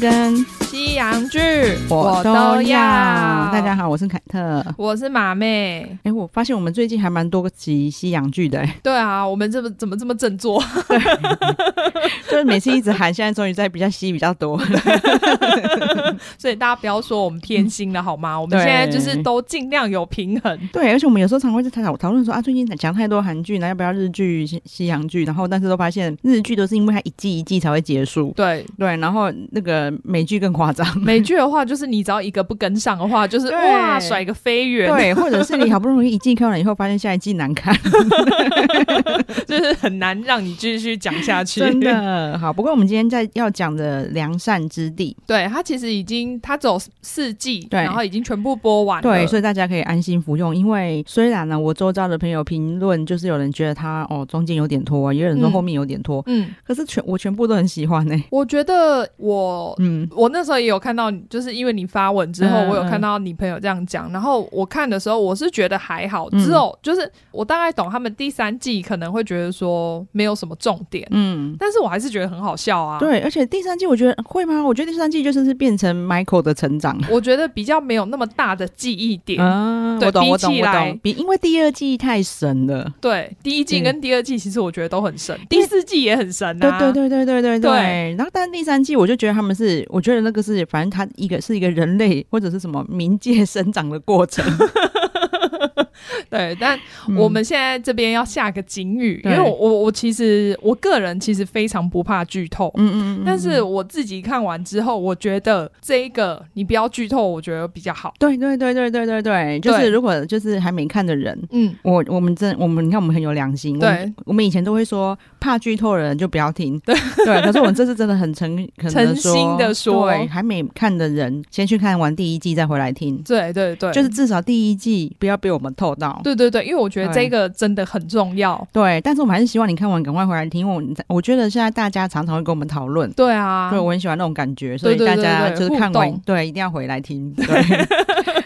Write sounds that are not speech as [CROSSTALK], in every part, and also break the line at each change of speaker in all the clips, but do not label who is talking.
跟
西洋剧
大家，好，我是凯特。
我是马妹。
哎、我发现我们最近还蛮多集西洋剧的、 [LAUGHS] 哎
对啊，我们这么怎么这么振作？ [LAUGHS]
就是每次一直喊，现在终于在比较西比较多。
所以大家不要说我们偏心了好吗？我们
对
现在就是都尽量有平衡。
[LAUGHS] 对，而且我们有时候常会在讨讨论说啊，最近讲太多韩剧，那要不要日剧、西西洋剧？然后但是都发现日剧都是因为它一季一季才会结束。
对
对，然后那个美剧更夸张。
美剧的话，就是你只要一个不跟上的话，就是
对
哇甩个飞远，
[LAUGHS] 对，或者是你好不容易一季看完以后，发现下一季难看，
就是很难让你继续讲下
[LAUGHS]
去。
真，的 [LAUGHS] 好。不过我们今天在要讲的《良善之地》，
[LAUGHS] 对它其实已经它走四季，
对
然后已经全部播完了。
对，所以大家可以安心服用。因为虽然呢，我周遭的朋友评论就是有人觉得它哦中间有点拖，也有人说
嗯哦
后面有点拖，
嗯，
可是全我全部都很喜欢呢、欸
我觉得我 [LAUGHS]
嗯，
我那时候也有看到你，就是因为你发文之后，
嗯
我有看到你朋友这样讲。然后我看的时候，我是觉得还好，
嗯
只有就是我大概懂他们第三季可能会觉得说没有什么重点，
嗯。
但是我还是觉得很好笑啊。，
对，而且第三季我觉得会吗？我觉得第三季就是是变成 Michael 的成长
我觉得比较没有那么大的记忆点。
啊
对
我懂，
比
我懂，
起
我
来
懂。比因为第二季太神了，
对，第一季
嗯
跟第二季其实我觉得都很神，第四季也很神
对
啊。
对对对对对
对
对。然后，但第三季我就觉得他们是，我觉得那个是，反正他一个是一个人类或者是什么冥界生长的过
[LAUGHS]
程。
对但
嗯
我们现在这边要下个警语，因
对
为我我我其实我个人其实非常不怕剧透。
嗯嗯嗯嗯，
但是我自己看完之后，我觉得这一个你不要剧透，我觉得比较好。
对对对对对对对，就是
对
如果就是还没看的人，
嗯，
我我们真我们你看我们很有良心，我们
对，
我们以前都会说怕剧透的人就不要听，对对，可是我们这次真的很诚恳地
诚心地说
对，还没看的人先去看完第一季再回来听，
对对对，
就是至少第一季不要被我们透到。
对对对，因为我觉得
对
这个真的很重要。
对，但是我们还是希望你看完赶快回来听，因为我们我觉得现在大家常常会跟我们讨论，
对啊，
对，我很喜欢那种感觉，所以
对对
大
对
家
对
就是
互
看完
动
对一定要回来听。
[LAUGHS]
对，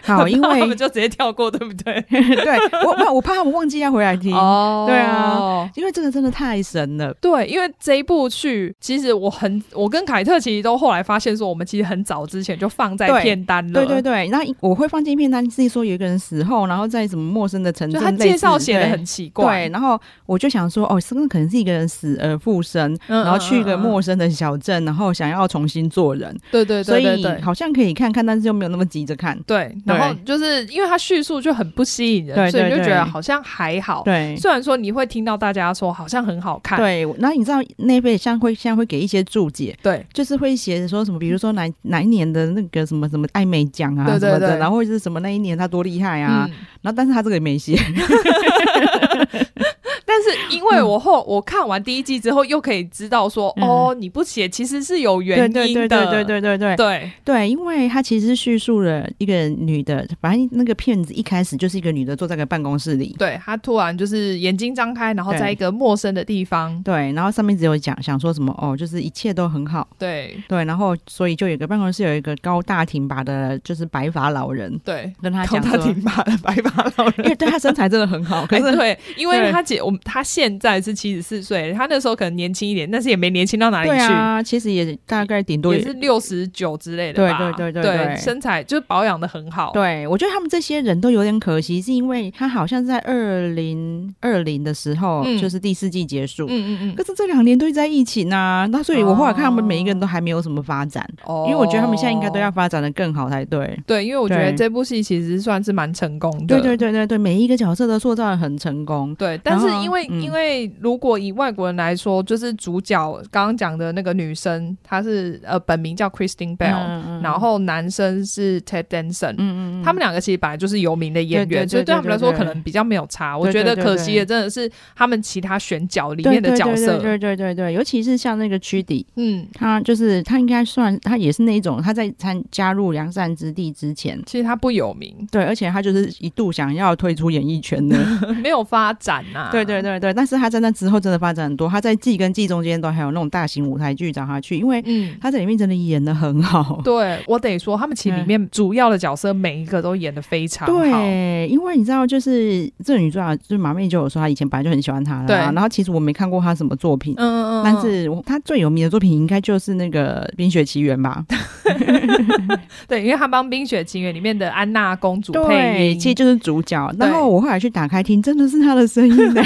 好，因
他们
为
就直接跳过，对不对？
对我我我怕他们忘记要回来听，
哦
对啊。因为这个真的太神了。
对，因为这一部剧，其实我很，我跟凯特其实都后来发现说，我们其实很早之前就放在
对
片单了。
对对对，那我会放进片单，是说有一个人死后，然后在什么陌生的城
就
镇，
他介绍写的很奇
对
怪，
对，然后我就想说，哦，这个可能是一个人死而复生，
嗯
然后去一个，
嗯嗯
陌生的小镇，然后想要重新做人，
嗯对对
所
对对
以
对
好像可以看看，但是又没有那么急着看。
对，然后
对
就是因为他叙述就很不吸引人，
对
所以
对
你就觉得
对
好像还好。
对。
虽然说你会听到大家说好像很好看，
对，那你知道那辈像会像会给一些注解，
对
就是会写说什么，比如说哪哪一年的那个什么什么艾美奖啊
对对
什么的，
对
然后或者是什么那一年他多厉害啊，
嗯，
然后但是他这个也没 [LAUGHS] 写，
但是因为我后、我看完第一季之后，又可以知道说、
嗯
哦，你不写其实是有原
对
因
对
的，
对对对对对对
对
对，因为他其实叙述了一个女的，反正那个骗子一开始就是一个女的坐在个办公室里，
对他突然就是眼睛张开，然后
对
在一个陌生的地方，
对，然后上面只有讲想说什么哦，就是一切都很好，
对
对，然后所以就有一个办公室有一个高大挺拔的，就是白发老人
对，
跟他
高
讲
[LAUGHS] 大
说，
挺拔的白发老
因
人。
为对他身材真的很好，可
[LAUGHS] 哎，
是、
对，因为
对
他姐，我们他现在是七十四岁，他那时候可能年轻一点，但是也没年轻到哪里
对
去，
啊，其实也大概顶多
也是六十九之类的
对
吧。
对对
对
对对
身材就是保养的很好。
对，我觉得他们这些人都有点可惜，是因为他好像在二零二零的时候，
嗯
就是第四季结束，
嗯嗯嗯，
可是这两年都在疫情啊，那所以我后来看他们每一个人都还没有什么发展，
哦
因为我觉得他们现在应该都要发展的更好才对。
对，因为我觉得
对
这部戏其实算是蛮成功的。
对对对对对，每一个角色都塑造的很成功。
对，但是因为、
嗯
因为如果以外国人来说，就是主角刚刚讲的那个女生，她是呃本名叫 Christine Bell，、
嗯嗯
哦然后男生是 Ted Danson。
嗯嗯嗯，
他们两个其实本来就是有名的
对
演
对
员，
对
所以对他们来说
对对
可能比较没有差。我
对
觉
对
得
对
可惜的
对
真的是他们其他选角里
对
面的角
对对
色，
对对对对，尤其是像那个曲迪。
嗯，
他就是他，应该算他也是那一种，他在参加入良善之地之前，
其实他不有名， [LAUGHS]
对，而且他就是一度想要退出演艺圈的，
没有发展呐、啊。
对对对对，但是他在那之后真的发展很多，他在季跟季中间都还有那种大型舞台剧找他去，因为
嗯，
他在里面真的演的很好。
对我得说，他们其实里面主要的角色每一个都演的非常好。
对，因为你知道，就是这女主角，就是马妹就有说，她以前本来就很喜欢她
对
啦。然后其实我没看过她什么作品，
嗯嗯嗯，
但是我她最有名的作品应该就是那个《冰雪奇缘》吧？
对，因为他帮《冰雪奇缘》里面的安娜公主配
对，
音，
其实就是主角。
对
然后我后来去打开听，真的是她的声音呢、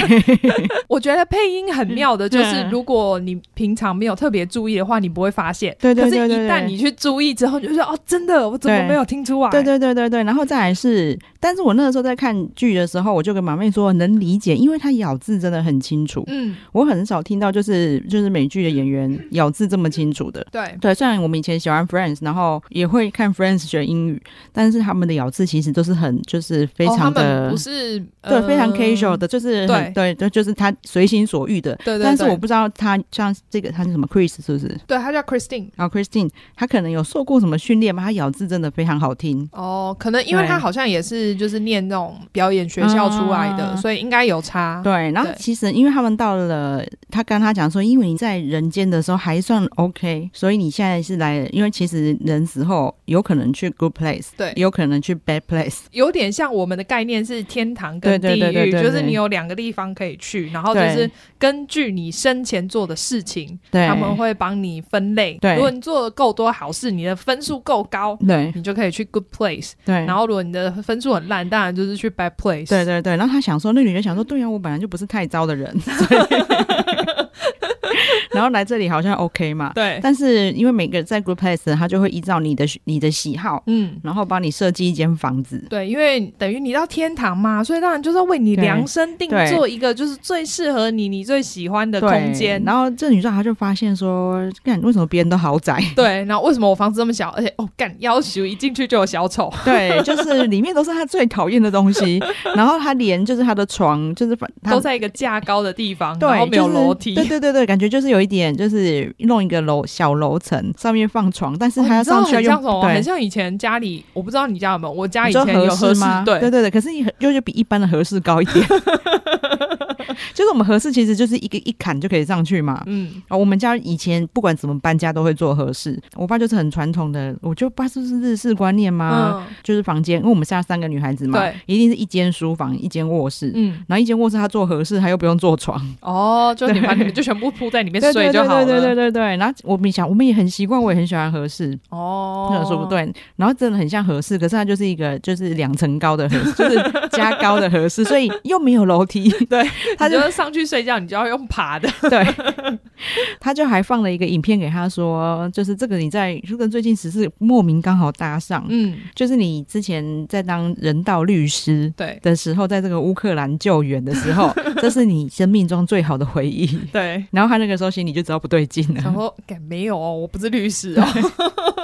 我觉得配音很妙的，就是
嗯
如果你平常没有特别注意的话，你不会发现。
对对对
可
对
是，一
对
旦你去注意之后，你就说哦，真的，我怎么
对
没有听出来？
对对对对对，然后再来是，但是我那个时候在看剧的时候，我就跟马妹说能理解，因为她咬字真的很清楚，
嗯，
我很少听到就是就是美剧的演员咬字这么清楚的。
对，
对，虽然我们以前喜欢 Friends，然后也会看 Friends 学英语，但是他们的咬字其实都是很就是非
哦他
常的、
们不是
对
呃
非常 casual 的，就是很对对，就是他随心所欲的。
对对
但是
对
我不知道他像这个他是什么 Chris 是不是？
对，他叫 Christine。
然后 Christine 他可能有受过什么训练吗？他咬字真的非常好听。
哦，可能因为
对
他好像也是就是念那种表演学校出来的，
嗯
所以应该有差。
对，然后
啊对
其实因为他们到了，他跟他讲说，因为你在人间的时候还算 OK，所以你现在是来，因为其实人死后有可能去 good place，
对
也有可能去 bad place，
有点像我们的概念是天堂跟地
对
狱，
对对对对
就是你有两个地方可以去，然后就是
对
根据你生前做的事情，
对，
他们会帮你分类。
对嗯
如果你做的够多好事，你的分数够高，
对
你就可以去 good place。
对，
然后如果你的分数很烂，当然就是去 bad place。
嗯对对对，然后他想说，那女人想说，对呀、啊我本来就不是太糟的人，所以然后来这里好像 OK 嘛。
对，
但是因为每个在 Group Place，他就会依照你的你的喜好，
嗯。
然后帮你设计一间房子。
对，因为等于你到天堂嘛，所以当然就是要为你
对
量身定
对
做一个就是最适合你、你最喜欢的
对
空间。
然后这女生她就发现说，干为什么别人都豪宅？
对，然后为什么我房子这么小？而且哦，干要求一进去就有小丑。
对，就是里面都是她最讨厌的东西。然后她连就是她的床，就是反她
都在一个架高的地方，
对，
然后没有
就是
楼梯。
对对对对，感觉就是有一点，就是弄一个楼小楼层，上面放床，但是
哦
他
你
要
知道
上去要
很
用、
像什么？
对
很像以前家里，我不知道你家有没有，我家以
你说
前有合
适
适
吗？
对
对对对，可是你很就是比一般的合适高一点。 [LAUGHS] 就是我们合适其实就是一个一砍就可以上去嘛。
嗯，
啊、我们家以前不管怎么搬家都会做合适，我爸就是很传统的，我就不知道是不是日式观念嘛，
嗯
就是房间，因为我们现在三个女孩子嘛，
对，
一定是一间书房，一间卧室。
嗯，
然后一间卧室，他做合适，他又不用做床，
哦，就你
对
把你们就全部铺在里面
对
睡
对
就
对
好了。
对对对对对。然后我们想，我们也很习惯，我也很喜欢合适，
哦，
那说不对，然后真的很像合适，可是它就是一个就是两层高的合适，就是加高的合适，所以又没有楼
[LAUGHS]
梯，对，他
你
就
就是上去睡觉，你就要用爬的。
[LAUGHS] 对，他就还放了一个影片给他说，就是这个你在就跟最近时事莫名刚好搭上，
嗯，
就是你之前在当人道律师。
对
的时候，在这个乌克兰救援的时
[LAUGHS]
候，这是你生命中最好的回忆。 [LAUGHS]
对。
然后他那个时候心里就知道不对劲 [LAUGHS] 了
然，后，感没有哦，我不是律师
[LAUGHS]
哦。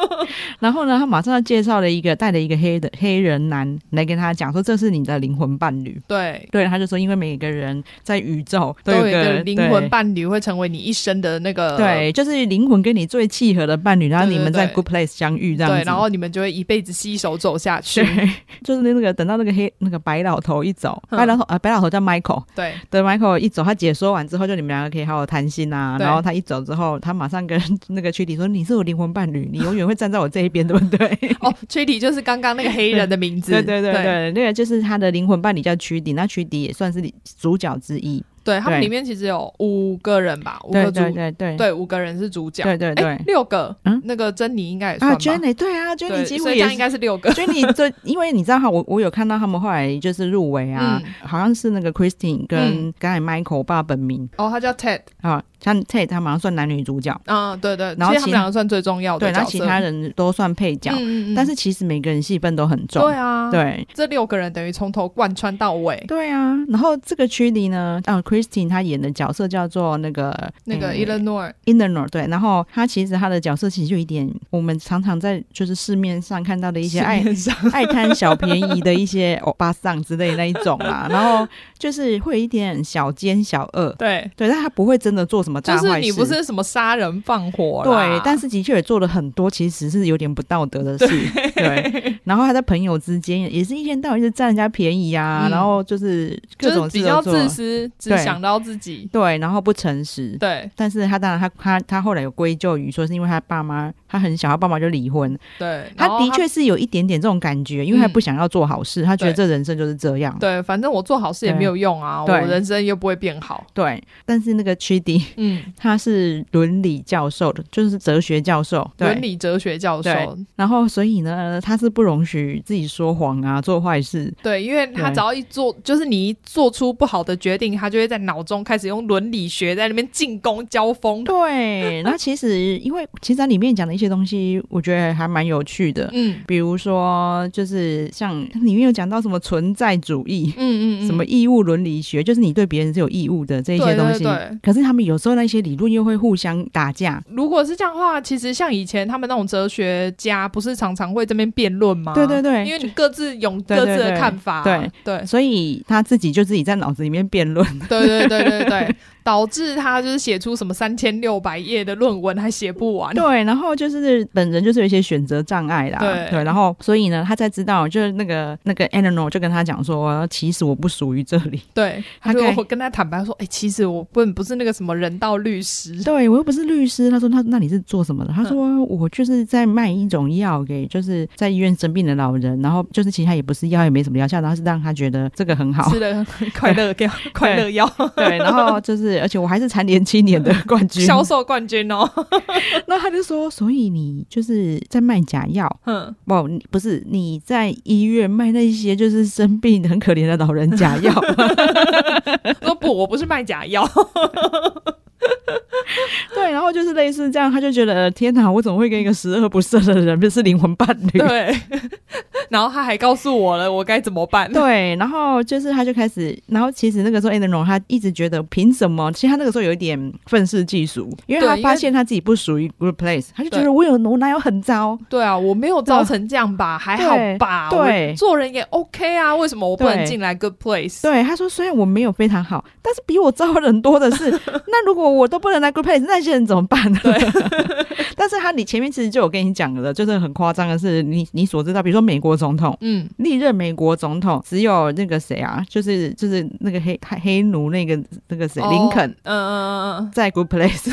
然后呢，他马上要介绍了一个带了一个黑的黑人男来跟他讲说，这是你的灵魂伴侣。
对，
对，他就说，因为每个人在宇宙都
都
有
有一
一
个
个
灵魂。伴侣会成为你一生的那个
对对，就是灵魂跟你最契合的伴侣，然后
对对
你们在
对
good place 相遇这样子。
对，然后你们就会一辈子携手走下去。
对，就是那个等到那个黑那个白老头一走，
嗯
白老头啊、白老头叫 Michael，
对
对 Michael 一走，他解说完之后，就你们两个可以好好谈心啊。
对
然后他一走之后，他马上跟那个躯体说：“你是我灵魂伴侣，你永远会站在我这一边，对不对？”
哦 t r i d y 就是刚刚那个黑人的名
[LAUGHS]
字。
对对对
对
对，那个就是他的灵魂伴侣叫曲迪，那曲迪也算是主角之一。
对他们
对
里面其实有五个人吧，五
对
个主
对对对
对五个人是主角，
对对对
诶六个，
嗯
那个珍妮应该也算
啊
吧，
，Jenny 对啊
对，
，Jenny 几乎
所以这
也
样
是
应该是六
[LAUGHS]
个，
所以你这，因为你知道哈，我我有看到他们后来就是入围啊，
嗯
好像是那个 Christine 跟刚才 Michael 我爸本名
哦，他叫 Ted，
啊，像 Tate 他马上算男女主角，
嗯，对对，
然后
其实他们
其
两个算最重要
对，
的
然
哦角
后其
色，
他人都算配角，
嗯嗯嗯
但是其实每个人戏份都很重，
对啊，，
对
这六个人等于从头贯穿到尾，
对啊。然后这个区里呢，啊，Christine 她演的角色叫做那个
那个
嗯
Eleanor，
Eleanor 对，然后她其实她的角色其实就有一点我们常常在就是市面上看到的一些爱
市面上
爱贪小便宜的一些欧巴桑之类那一种啦，然后就是会有一点小奸小恶，
对。
对，但他不会真的做什什么
[LAUGHS] 就
大坏事。
是你不是什么杀人放火啦
对，但是的确也做了很多，其实是有点不道德的事。对，然后他在朋友之间也是一天到晚是占人家便宜啊，
嗯
然后就是各
就
种事
是比
都
较
做
自私，只
对
想到自己。
对，然后不诚实。
对
但是他当然他，他他后来有归咎于说是因为他爸妈，他很小，他爸妈就离婚。
对，
他
然后
的确是有一点点这种感觉，因为他不想要做好事，他觉得
对
这人生就是这样。
嗯对，反正我做好事也没有用啊，我
对
人生又不会变好。
对，但是那个 Chidi
嗯，
他是伦理教授的，就是哲学教授。对
伦，理哲学教授，
对然后所以呢，他是不容许自己说谎啊，做坏事。
对，因为他
对
只要一做，就是你一做出不好的决定，他就会在脑中开始用伦理学在那边进攻交锋。
对，那其实因为其实它里面讲的一些东西，我觉得还蛮有趣的。
嗯
比如说，就是像里面有讲到什么存在主义，
嗯嗯嗯，
什么义务伦理学，就是你对别人是有义务的这一些
对
东
对
西。
对。
可是他们有时候那些理论又会互相打架。
如果是这样的话，其实像以前他们那种哲学家，不是常常会这边辩论吗？
对对哎对
啊因为你各自有
对
各自
对
的
对
看法，啊
对
对 [LAUGHS]
所以他自己就自己在脑子里面辩论，
对对对对对，导致他就是写出什么三千六百页的论文还写不完。
对，然后就是本人就是有一些选择障碍啦，
对
然后所以呢，他才知道，就是那个那个 Eleanor 就跟他讲说，其实我不属于这
[LAUGHS]
里，
对，
他
他就
该
我跟他坦白说，哎、其实我不不是那个什么人道律师，
[LAUGHS] 对我又不是律师。他说他那你是做什么
嗯
的？他说我就是在卖一种药给就是在医院生病的老人，然后就是其实他也不是药，也没什么疗效，然后是让他觉得这个很好
吃，了快乐药，快乐
[LAUGHS]
药， [LAUGHS]
对，然后就是而且我还是蝉联七年的冠军，
销售冠军哦。 [LAUGHS]
那他就说，所以你就是在卖假药。
嗯，
不，你不是你在医院卖那些就是生病很可怜的老人假
[LAUGHS]
药，
说不，我不是卖
[LAUGHS]
假药。
对，然后就是类似这样，他就觉得天哪，我怎么会跟一个十恶不赦的人不是灵魂伴侣？
对， [LAUGHS] 然后他还告诉我了，我该怎么办？
对然后就是他就开始，然后其实那个时候 a n d r 他一直觉得凭什么？其实他那个时候有一点愤世嫉俗，因为
对
他
因为
发现他自己不属于 Good Place，他就觉
对
得我有我哪有很糟？
对啊，我没有糟成这样吧，还好吧，
对
我做人也 OK 啊，为什么我不能
对
进来 Good Place？
对，他说虽然我没有非常好，但是比我糟的人多的
[LAUGHS]
是。那如果我都不能来 good place，那些人怎么办呢？对。 [LAUGHS] 但是他你前面其实就有跟你讲了，就是很夸张的是，你你所知道，比如说美国总统。
嗯，
历任美国总统只有那个谁啊，就是就是那个黑黑黑奴那个那个谁、
哦
林肯，
嗯嗯嗯嗯
在 Good
[LAUGHS]
Place，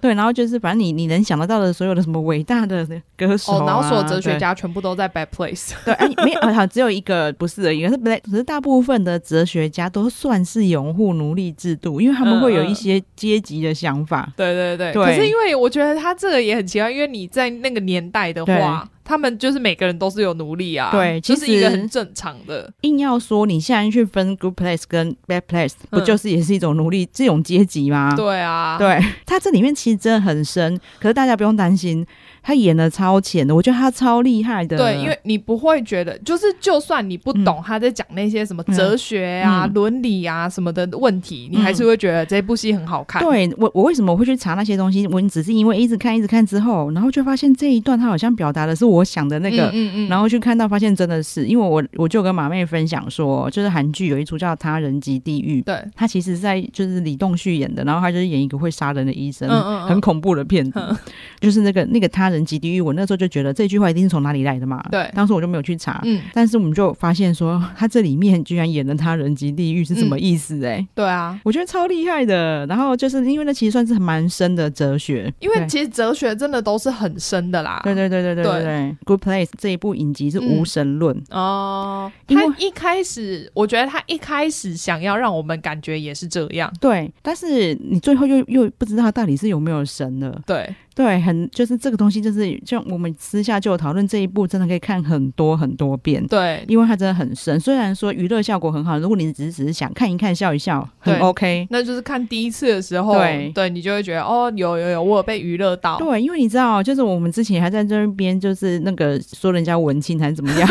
对，然后就是反正你你能想得到的所有的什么伟大的歌手、啊
嗯，哦，然后所有哲
对
学家全部都在 Bad Place。
对，哎，没有，好像只有一个不是而已。可是本来，可是大部分的哲学家都算是拥护奴隶制度，因为他
嗯
们会有一些阶级的想法。
对对
[LAUGHS]
对，
对
[LAUGHS] 可是因为我觉得他这个也很奇怪，因为你在那个年代的话
对，
他们就是每个人都是有奴隶啊，
对
就
其
是一个
实
很正常的，
硬要说你现在去分 good place 跟 bad place，不
嗯
就是也是一种奴隶这种阶级吗？
对啊，
对，他这里面其实真的很深，可是大家不用担心，他演的超浅的，我觉得他超厉害的。
对，因为你不会觉得，就是就算你不懂他在讲那些什么哲学啊、
嗯
伦理啊什么的问题，你还是会觉得这部戏很好看。
对我，我为什么会去查那些东西？我只是因为一直看，一直看之后，然后就发现这一段他好像表达的是我想的那个，
嗯嗯嗯，
然后去看到发现真的是，因为我我就跟马妹分享说，就是韩剧有一出叫《他人及地狱》，
对。
他其实在就是李栋旭演的，然后他就是演一个会杀人的医生，
嗯嗯嗯
很恐怖的片子，
嗯
就是那个那个他人及地狱，我那时候就觉得这句话一定是从哪里来的嘛，
对
当时我就没有去查。
嗯，
但是我们就发现说，他这里面居然演了他人及地狱是什么意思、欸？哎、
对啊，
我觉得超厉害的。然后就是因为那其实算是蛮深的哲学，
因为
对
其实哲学真的都是很深的啦。
对对对对对
对
对对，《Good Place》这一部影集是无神论，
哦，
因为
他一开始，我觉得他一开始想要让我们感觉也是这样。
对，但是你最后又又不知道到底是有没有神了。
对
对，很就是这个东西，就是就我们私下就有讨论这一部，真的可以看很多很多遍。
对，
因为它真的很深，虽然说娱乐效果很好，如果你只是只是想看一看笑一笑，很
对
OK。
那就是看第一次的时候，
对
你就会觉得哦，有有有，我有被娱乐到。
对，因为你知道，就是我们之前还在这边，就是那个说人家文青还是怎么样，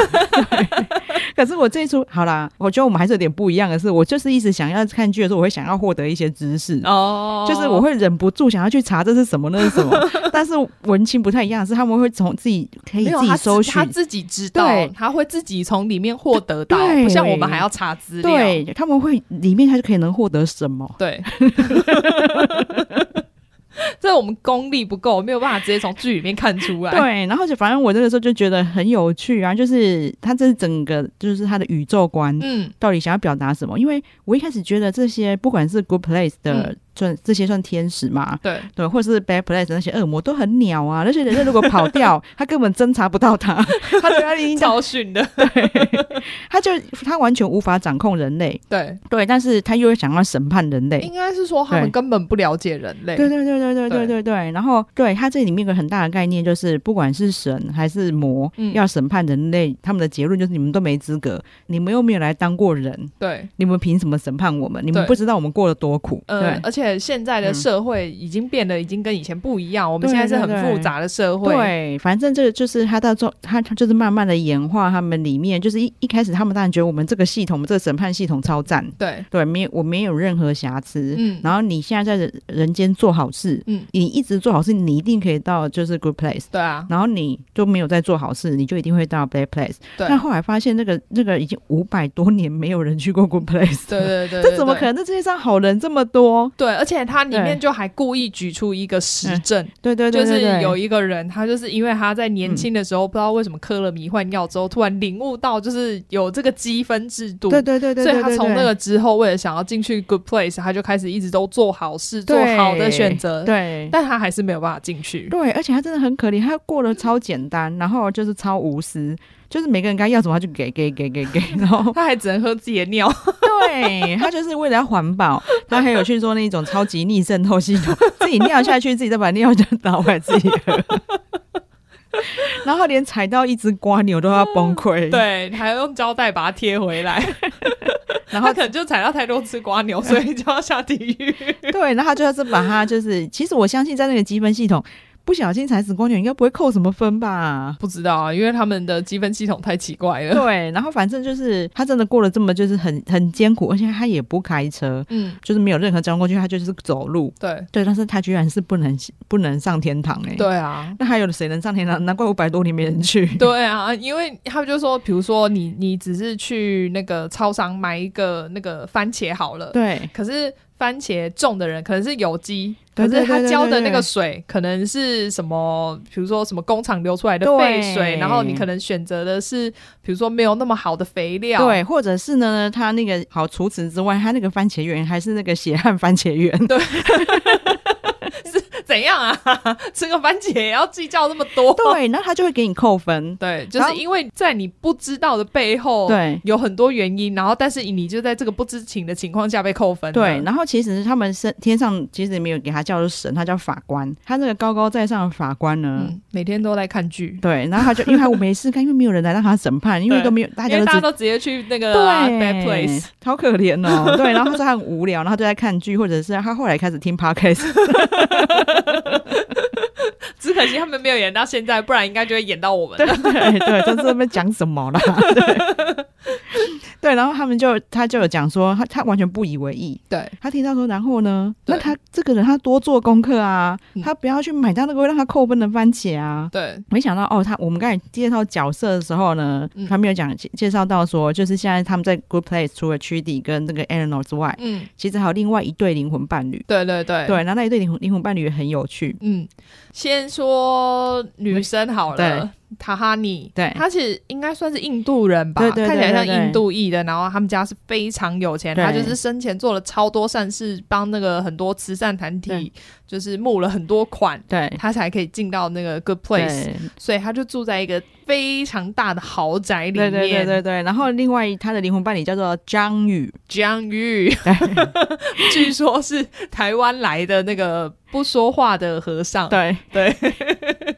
可是我这一出好啦，我觉得我们还是有点不一样的是，我就是一直想要看剧的时候，我会想要获得一些知识，
哦
就是我会忍不住想要去查这是什么，那是什
[LAUGHS]
么。但是文青不太一样，是他们会从自己可以
没有
哦自己
他
搜
自
寻
他，自己知道
对，
他会自己从里面获得到，
对
不像我们还要查资料。
对他们会里面他就可以能获得什么。
对， [LAUGHS] 这我们功力不够，没有办法直接从剧里面看出来。
对，然后就反正我那个时候就觉得很有趣啊，就是他这整个就是他的宇宙观
嗯，
到底想要表达什么？因为我一开始觉得这些不管是 Good Place 的
嗯
算、这些算天使嘛，
对，
对，或者是 Bad Place 那些恶魔都很鸟啊，那些人类如果跑掉，
[LAUGHS]
他根本侦查不到他，他觉得他已经
教训的，
他就他完全无法掌控人类，
对，
对，但是他又想要审判人类。
应该是说他们
对
根本不了解人类。
对对对对对
对
对对对，然后对他这里面有个很大的概念就是，不管是神还是魔，
嗯
要审判人类，他们的结论就是你们都没资格，你们又没有来当过人，
对，
你们凭什么审判我们？你们
对
不知道我们过得多苦，
呃
对，。
而且现在的
嗯
社会已经变得已经跟以前不一样，我们
对
现在是
对
很
对
复杂的社会。
对，反正这个就是他到最后，他他就是慢慢的演化他们里面，就是一一开始他们当然觉得我们这个系统，我们这个审判系统超赞，
对，
对，没有我没有任何瑕疵，
嗯
然后你现在在人人间做好事，
嗯，
你一直做好事，你一定可以到就是 good place。
对啊，
然后你就没有在做好事，你就一定会到 bad place。
对
但后来发现那个那个已经五百多年没有人去过 good place，
对
[LAUGHS]
对对，
这
对
怎么
对
可能？这世界上好人这么多？
对，而且它里面
对嗯
就还故意举出一个实证，
对对对
就
对
是
对，
有一个人，他就是因为他在年轻的时候、不知道为什么嗑了迷幻药之后，突然领悟到就是有这个积分制度。
对对对对，
所以
对
他
对
从
对
那个之后，为了想要进去 Good Place，他就开始一直都做好事，做
对
好的选择，
对。
但他还是没有办法进去。
对，而且他真的很可怜，他过得超简单，然后就是超无私，就是每个人该要什么他就给给给给 [LAUGHS] 给，然后
他还只能喝自己的尿，
对他就是为了要环保，他还有去做那种超级逆渗透系统，自己尿下去，自己再把尿就倒回来自己喝。 [LAUGHS] 然后连踩到一只瓜牛都要崩溃，，
嗯对，还要用胶带把它贴回来。
然后
他可能就踩到太多次瓜 [LAUGHS] 牛，所以就要下地狱。？
对，然后他就是把它就是，其实我相信在那个积分系统，不小心踩死瓜牛应该不会扣什么分吧
不知道啊，因为他们的积分系统太奇怪了。
对，然后反正就是他真的过了这么就是很很艰苦，而且他也不开车，
嗯，
就是没有任何交通工具，他就是走路。
对，
对，但是他居然是不能不能上天堂哎、欸。
对啊。
那还有谁能上天堂？难怪五百多年没人去。
对啊，因为他们就说，比如说你你只是去那个超商买一个那个番茄好了，
对
可是番茄种的人可能是有机，
对
可是
对
他
对对
浇的
对
那个
对
水可能是什么，比如说什么工厂流出来的
对
废水，然后你可能选择的是，比如说没有那么好的肥料，
对，或者是呢，他那个好除此之外，他那个番茄园还是那个血汗番茄
[LAUGHS]
园。
怎样啊？ [LAUGHS] 吃个番茄也要计较那么多？
对，那他就会给你扣分。
[LAUGHS] 对，就
然
是
后
因为在你不知道的背后，
对
有很多原因，然后但是你就在这个不知情的情况下被扣分了。
对，然后其实他们是天上其实没有给他叫做神，他叫法官。他那个高高在上的法官呢，
嗯，每天都在看剧，
对，然后他就因为他我没事干，因为没有人来让他审判，因为
对
都没有大
因
家
为
都
大家
只。
都直接去那个
对
啊 bad place。
[LAUGHS] 好可怜哦。对，然后他说他很无聊，然后他就在看剧，或者是他后来开始听 podcast。
只可惜他们没有演到现在，不然应该就会演到我们了。
对对，真是没讲什
[LAUGHS]
么啦。对，对，然后他们就他就有讲说，他他完全不以为意。
对
他听到说，然后呢？
对
那他这个人，他多做功课啊，
嗯
他不要去买到那个会让他扣分的番茄啊。
对
没想到哦，他我们刚才介绍角色的时候呢，
嗯
他没有讲介介绍到说，就是现在他们在 Good Place 除了 Trudy 跟那个 Eleanor 之外，
嗯，
其实还有另外一对灵魂伴侣。
对对对
对，然后那一对灵魂灵魂伴侣也很有趣。
嗯，先说女生好了
对，
塔哈尼，
对
她其实应该算是印度人吧，
对对对
看起来
对
像
对
印度裔的，然后他们家是非常有钱，
对
她就是生前做了超多善事，帮那个很多慈善团体
对
就是募了很多款。
对
她才可以进到那个 good place，
对
所以她就住在一个非常大的豪宅里
对
面。
对对对对，然后另外他的灵魂伴侣叫做张宇，
江玉， [LAUGHS] 据说是台湾来的那个不说话的和尚。
对
哦对，
[LAUGHS]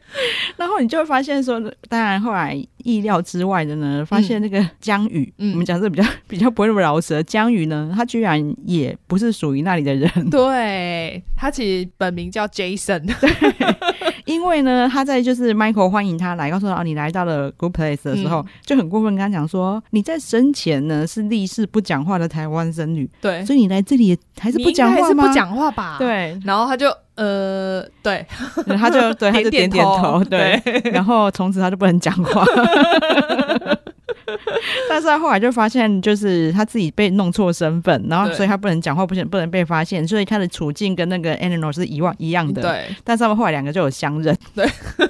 然后你就会发现说，当然后来意料之外的呢，发现那个江宇，
嗯
我们讲是比较 [LAUGHS] 比较不会那么饶舌，江宇呢，他居然也
[LAUGHS]
不是属于那里的人，
对他其实本名叫 Jason，
[LAUGHS] 因为呢，他在就是 Michael 欢迎他来，告诉他哦，你来到了 Good Place 的时候，
嗯
就很过分跟他讲说，你在生前呢是立誓不讲话的台湾僧侣，
[LAUGHS] 对，
所以你来这里也还是
你
不
应该
讲
还
话
是
吗？
不讲话吧？。
对，
然后他就呃，对，
然后他
[LAUGHS]
就对，他就点
点
点头，
头
对， [LAUGHS] 然后从此他就不能讲话。 [LAUGHS] 但是他后来就发现，就是他自己被弄错身份，然后
对
所以他不能讲话，不能不能被发现，所以他的处境跟那个 Eleanor 是一样一样的。，
对，
但是他们后来两个就有相认。
对，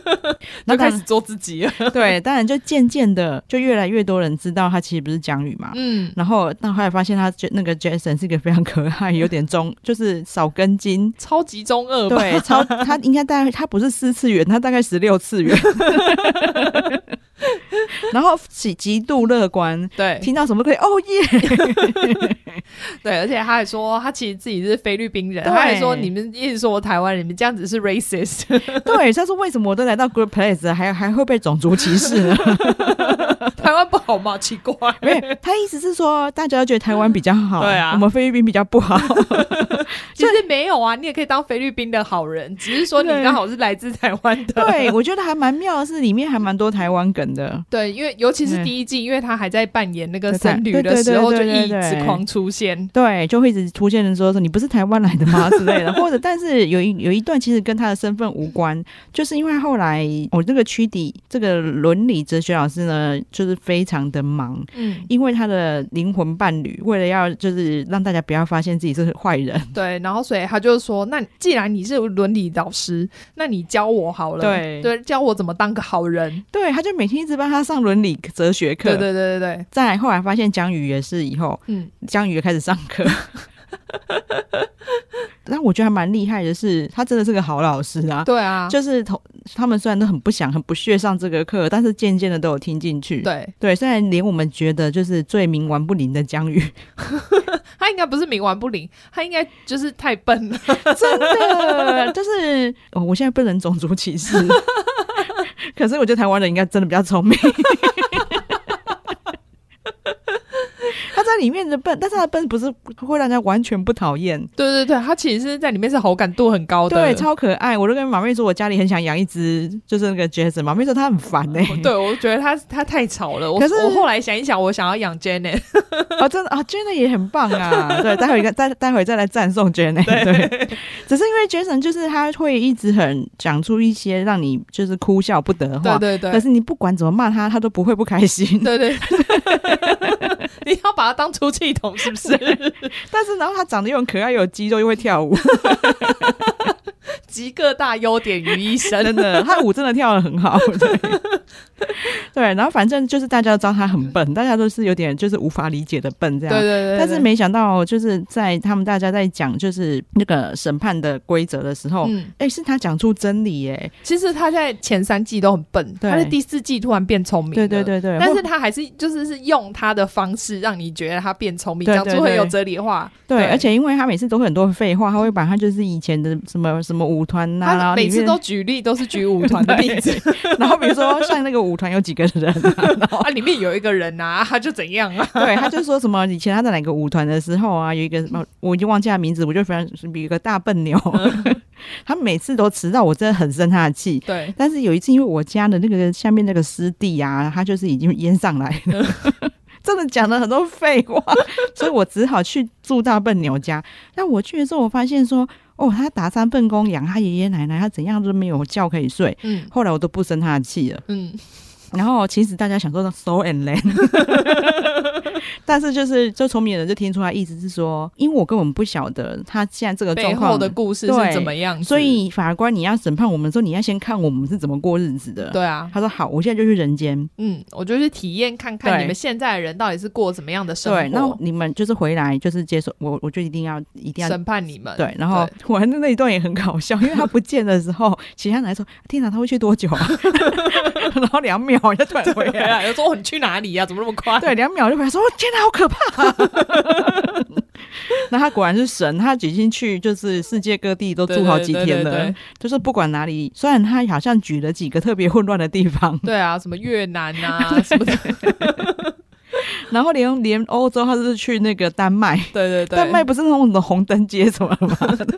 [LAUGHS] 那当
就开
然
始做自己了。
对，当然就渐渐的就越来越多人知道他其实不是江宇嘛。
[LAUGHS] 嗯，
然后，但后来发现他那个 Jason 是一个非常可爱，有点中，就是少根筋，
超级中二 [LAUGHS] 吧？
对，超他应该大概他不是四次元，他大概十六次元。 [LAUGHS] 然后极极度乐观，
对
听到什么都可以哦耶！ [LAUGHS]
对，而且他还说他其实自己是菲律宾人，
对
他还说你们一直说我台湾人，你们这样子是 racist， [LAUGHS]
对，他说为什么我都来到 Good Place，还还会被种族歧视呢？ [LAUGHS]
台湾不好吗？ [LAUGHS] 奇怪。
没有，他意思是说大家都觉得台湾比较好，
对啊
我们菲律宾比较不
[LAUGHS]
好。
其实没有啊，你也可以当菲律宾的好人，只是说你
对
刚好是来自台湾的。
对，我觉得还蛮妙的是，里面还蛮多台湾梗的。
[LAUGHS] 对，因为尤其是
对
第一季，因为他还在扮演那个
对
僧
对
侣
对
的时候，
对
就
对对
一
对
直狂出现。
对，就会一直出现人说说你不是台湾来的吗之类的，或者但是有一有一段其实跟他的身份无关，就是因为后来我、哦、这个屈迪这个伦理哲学老师呢，就是非常的忙，
嗯，
因为他的灵魂伴侣为了要就是让大家不要发现自己是坏人， [LAUGHS]
对，然后所以他就说，那既然你是伦理导师，那你教我好了，
对
对，教我怎么当个好人。
对，他就每天一直帮他上伦理哲学课。
对对对对对，
再来，后来发现江宇也是以后，
嗯，
江宇也开始上课。 [LAUGHS] 但我觉得还蛮厉害的是，他真的是个好老师啊。
对啊，
就是同他们虽然都很不想、很不屑上这个课，但是渐渐的都有听进去。
对，
虽然连我们觉得就是最冥顽不灵的江宇，
他应该不是冥顽不灵，他应该就是太笨了。 [LAUGHS]
真的 [LAUGHS] 就是、哦我现在不能种族歧 [LAUGHS] 视，可是我觉得台湾人应该真的比较聪明。 [LAUGHS] 他在里面的笨，但是他的笨不是会让人家完全不讨厌，
对对对，他其实是在里面是好感度很高的。
哦对，超可爱。我都跟马妹说，我家里很想养一只，就是那个 Jason。马妹说他很烦哎、
对，我觉得他他太吵了。我
可是
我后来想一想，我想要
[LAUGHS]
养 Janet。
哦，真的啊，Jenna 也很棒
[LAUGHS]
啊！对，待会儿待待会儿再来赞颂 Jenna。对， [LAUGHS] 只是因为 Jason 就是他会一直很讲出一些让你就是哭笑不得的
对
话，
对对
可，是你不管怎么骂他，他都不会不开心。
对对， [LAUGHS] 你要把它当出气筒是不是？
[LAUGHS] 但是然后他长得又很可爱，又有肌肉，又会跳
[LAUGHS]
舞，
集各大优点于一身。
真的， [LAUGHS] 他舞真的跳的很好。对， [LAUGHS] 对，然后反正就是大家都知道他很笨，大家都是有点就是无法理解的笨这
对
样。
对对，对
但是没想到，就是在他们大家在讲就是那个审判的规则的时候，哎、
嗯，
是他讲出真理耶、
其实他在前三季都很笨，
对
他在第四季突然变聪明。
对对。对对，
但
或
是他还是就是是用他的方式让你觉得他变聪明，
对
讲
对
出很
对
有哲理的话。
对，
对
而且因为他每次都会很多废话，他会把他就是以前的什么什么舞团呐、然
他
后
每
里
次
面
都举例都是举舞团的例子，
[LAUGHS] 然后比如说像那个舞团有几个人、啊，然后
[LAUGHS] 啊，里面有一个人啊，他就怎
[LAUGHS]
样啊？
对，他就说什么以前他在哪个舞团的时候啊，有一个什么我已经忘记他名字，我就非常有一个大笨
[LAUGHS]
牛，他每次都迟到，我真的很生他的气。
对，
但是有一次，因为我家的那个下面那个师弟啊，他就是已经淹上来了， [LAUGHS] 真的讲了很多废
[LAUGHS]
话，所以我只好去住大笨牛家。但我去的时候，我发现说，哦，他打三份工养他爷爷奶奶，他怎样都没有觉可以睡。
嗯
后来我都不生他的气了。
嗯，
然后其实大家想说 so and land，但 [LAUGHS] 是就是就聪明的人就听出来，意思是说，因为我根本不晓得他现在这个状
背
况
后的故事
对
是怎么样子？
所以法官，你要审判我们的时候，你要先看我们是怎么过日子的。
对啊，
他说好，我现在就去人间。
嗯，我就去体验看看
对
你们现在的人到底是过怎么样的生活。
对，那你们就是回来就是接受我，我就一定要一定要。
审判你们。
对，然后 [LAUGHS] 我还那一段也很搞笑，因为他不见的时候，其他人还说：“天哪，他会去多久啊？” [LAUGHS] 然后两秒就突然回
[LAUGHS] 对
来，
啊，有时候你去哪里呀、怎么那么快？
对，两秒就回来说：“哦天哪，好可怕、啊 [LAUGHS] 那他果然是神，他已经去就是世界各地都
对，
住好几天了，
对对对对
就是不管哪里，虽然他好像举了几个特别混乱的地方，
对啊，什么越南
[LAUGHS]
啊，什么的，
然后连连欧洲，他是去那个丹麦，
对对对，
丹麦不是那种什么红灯街什么的吗？
嗯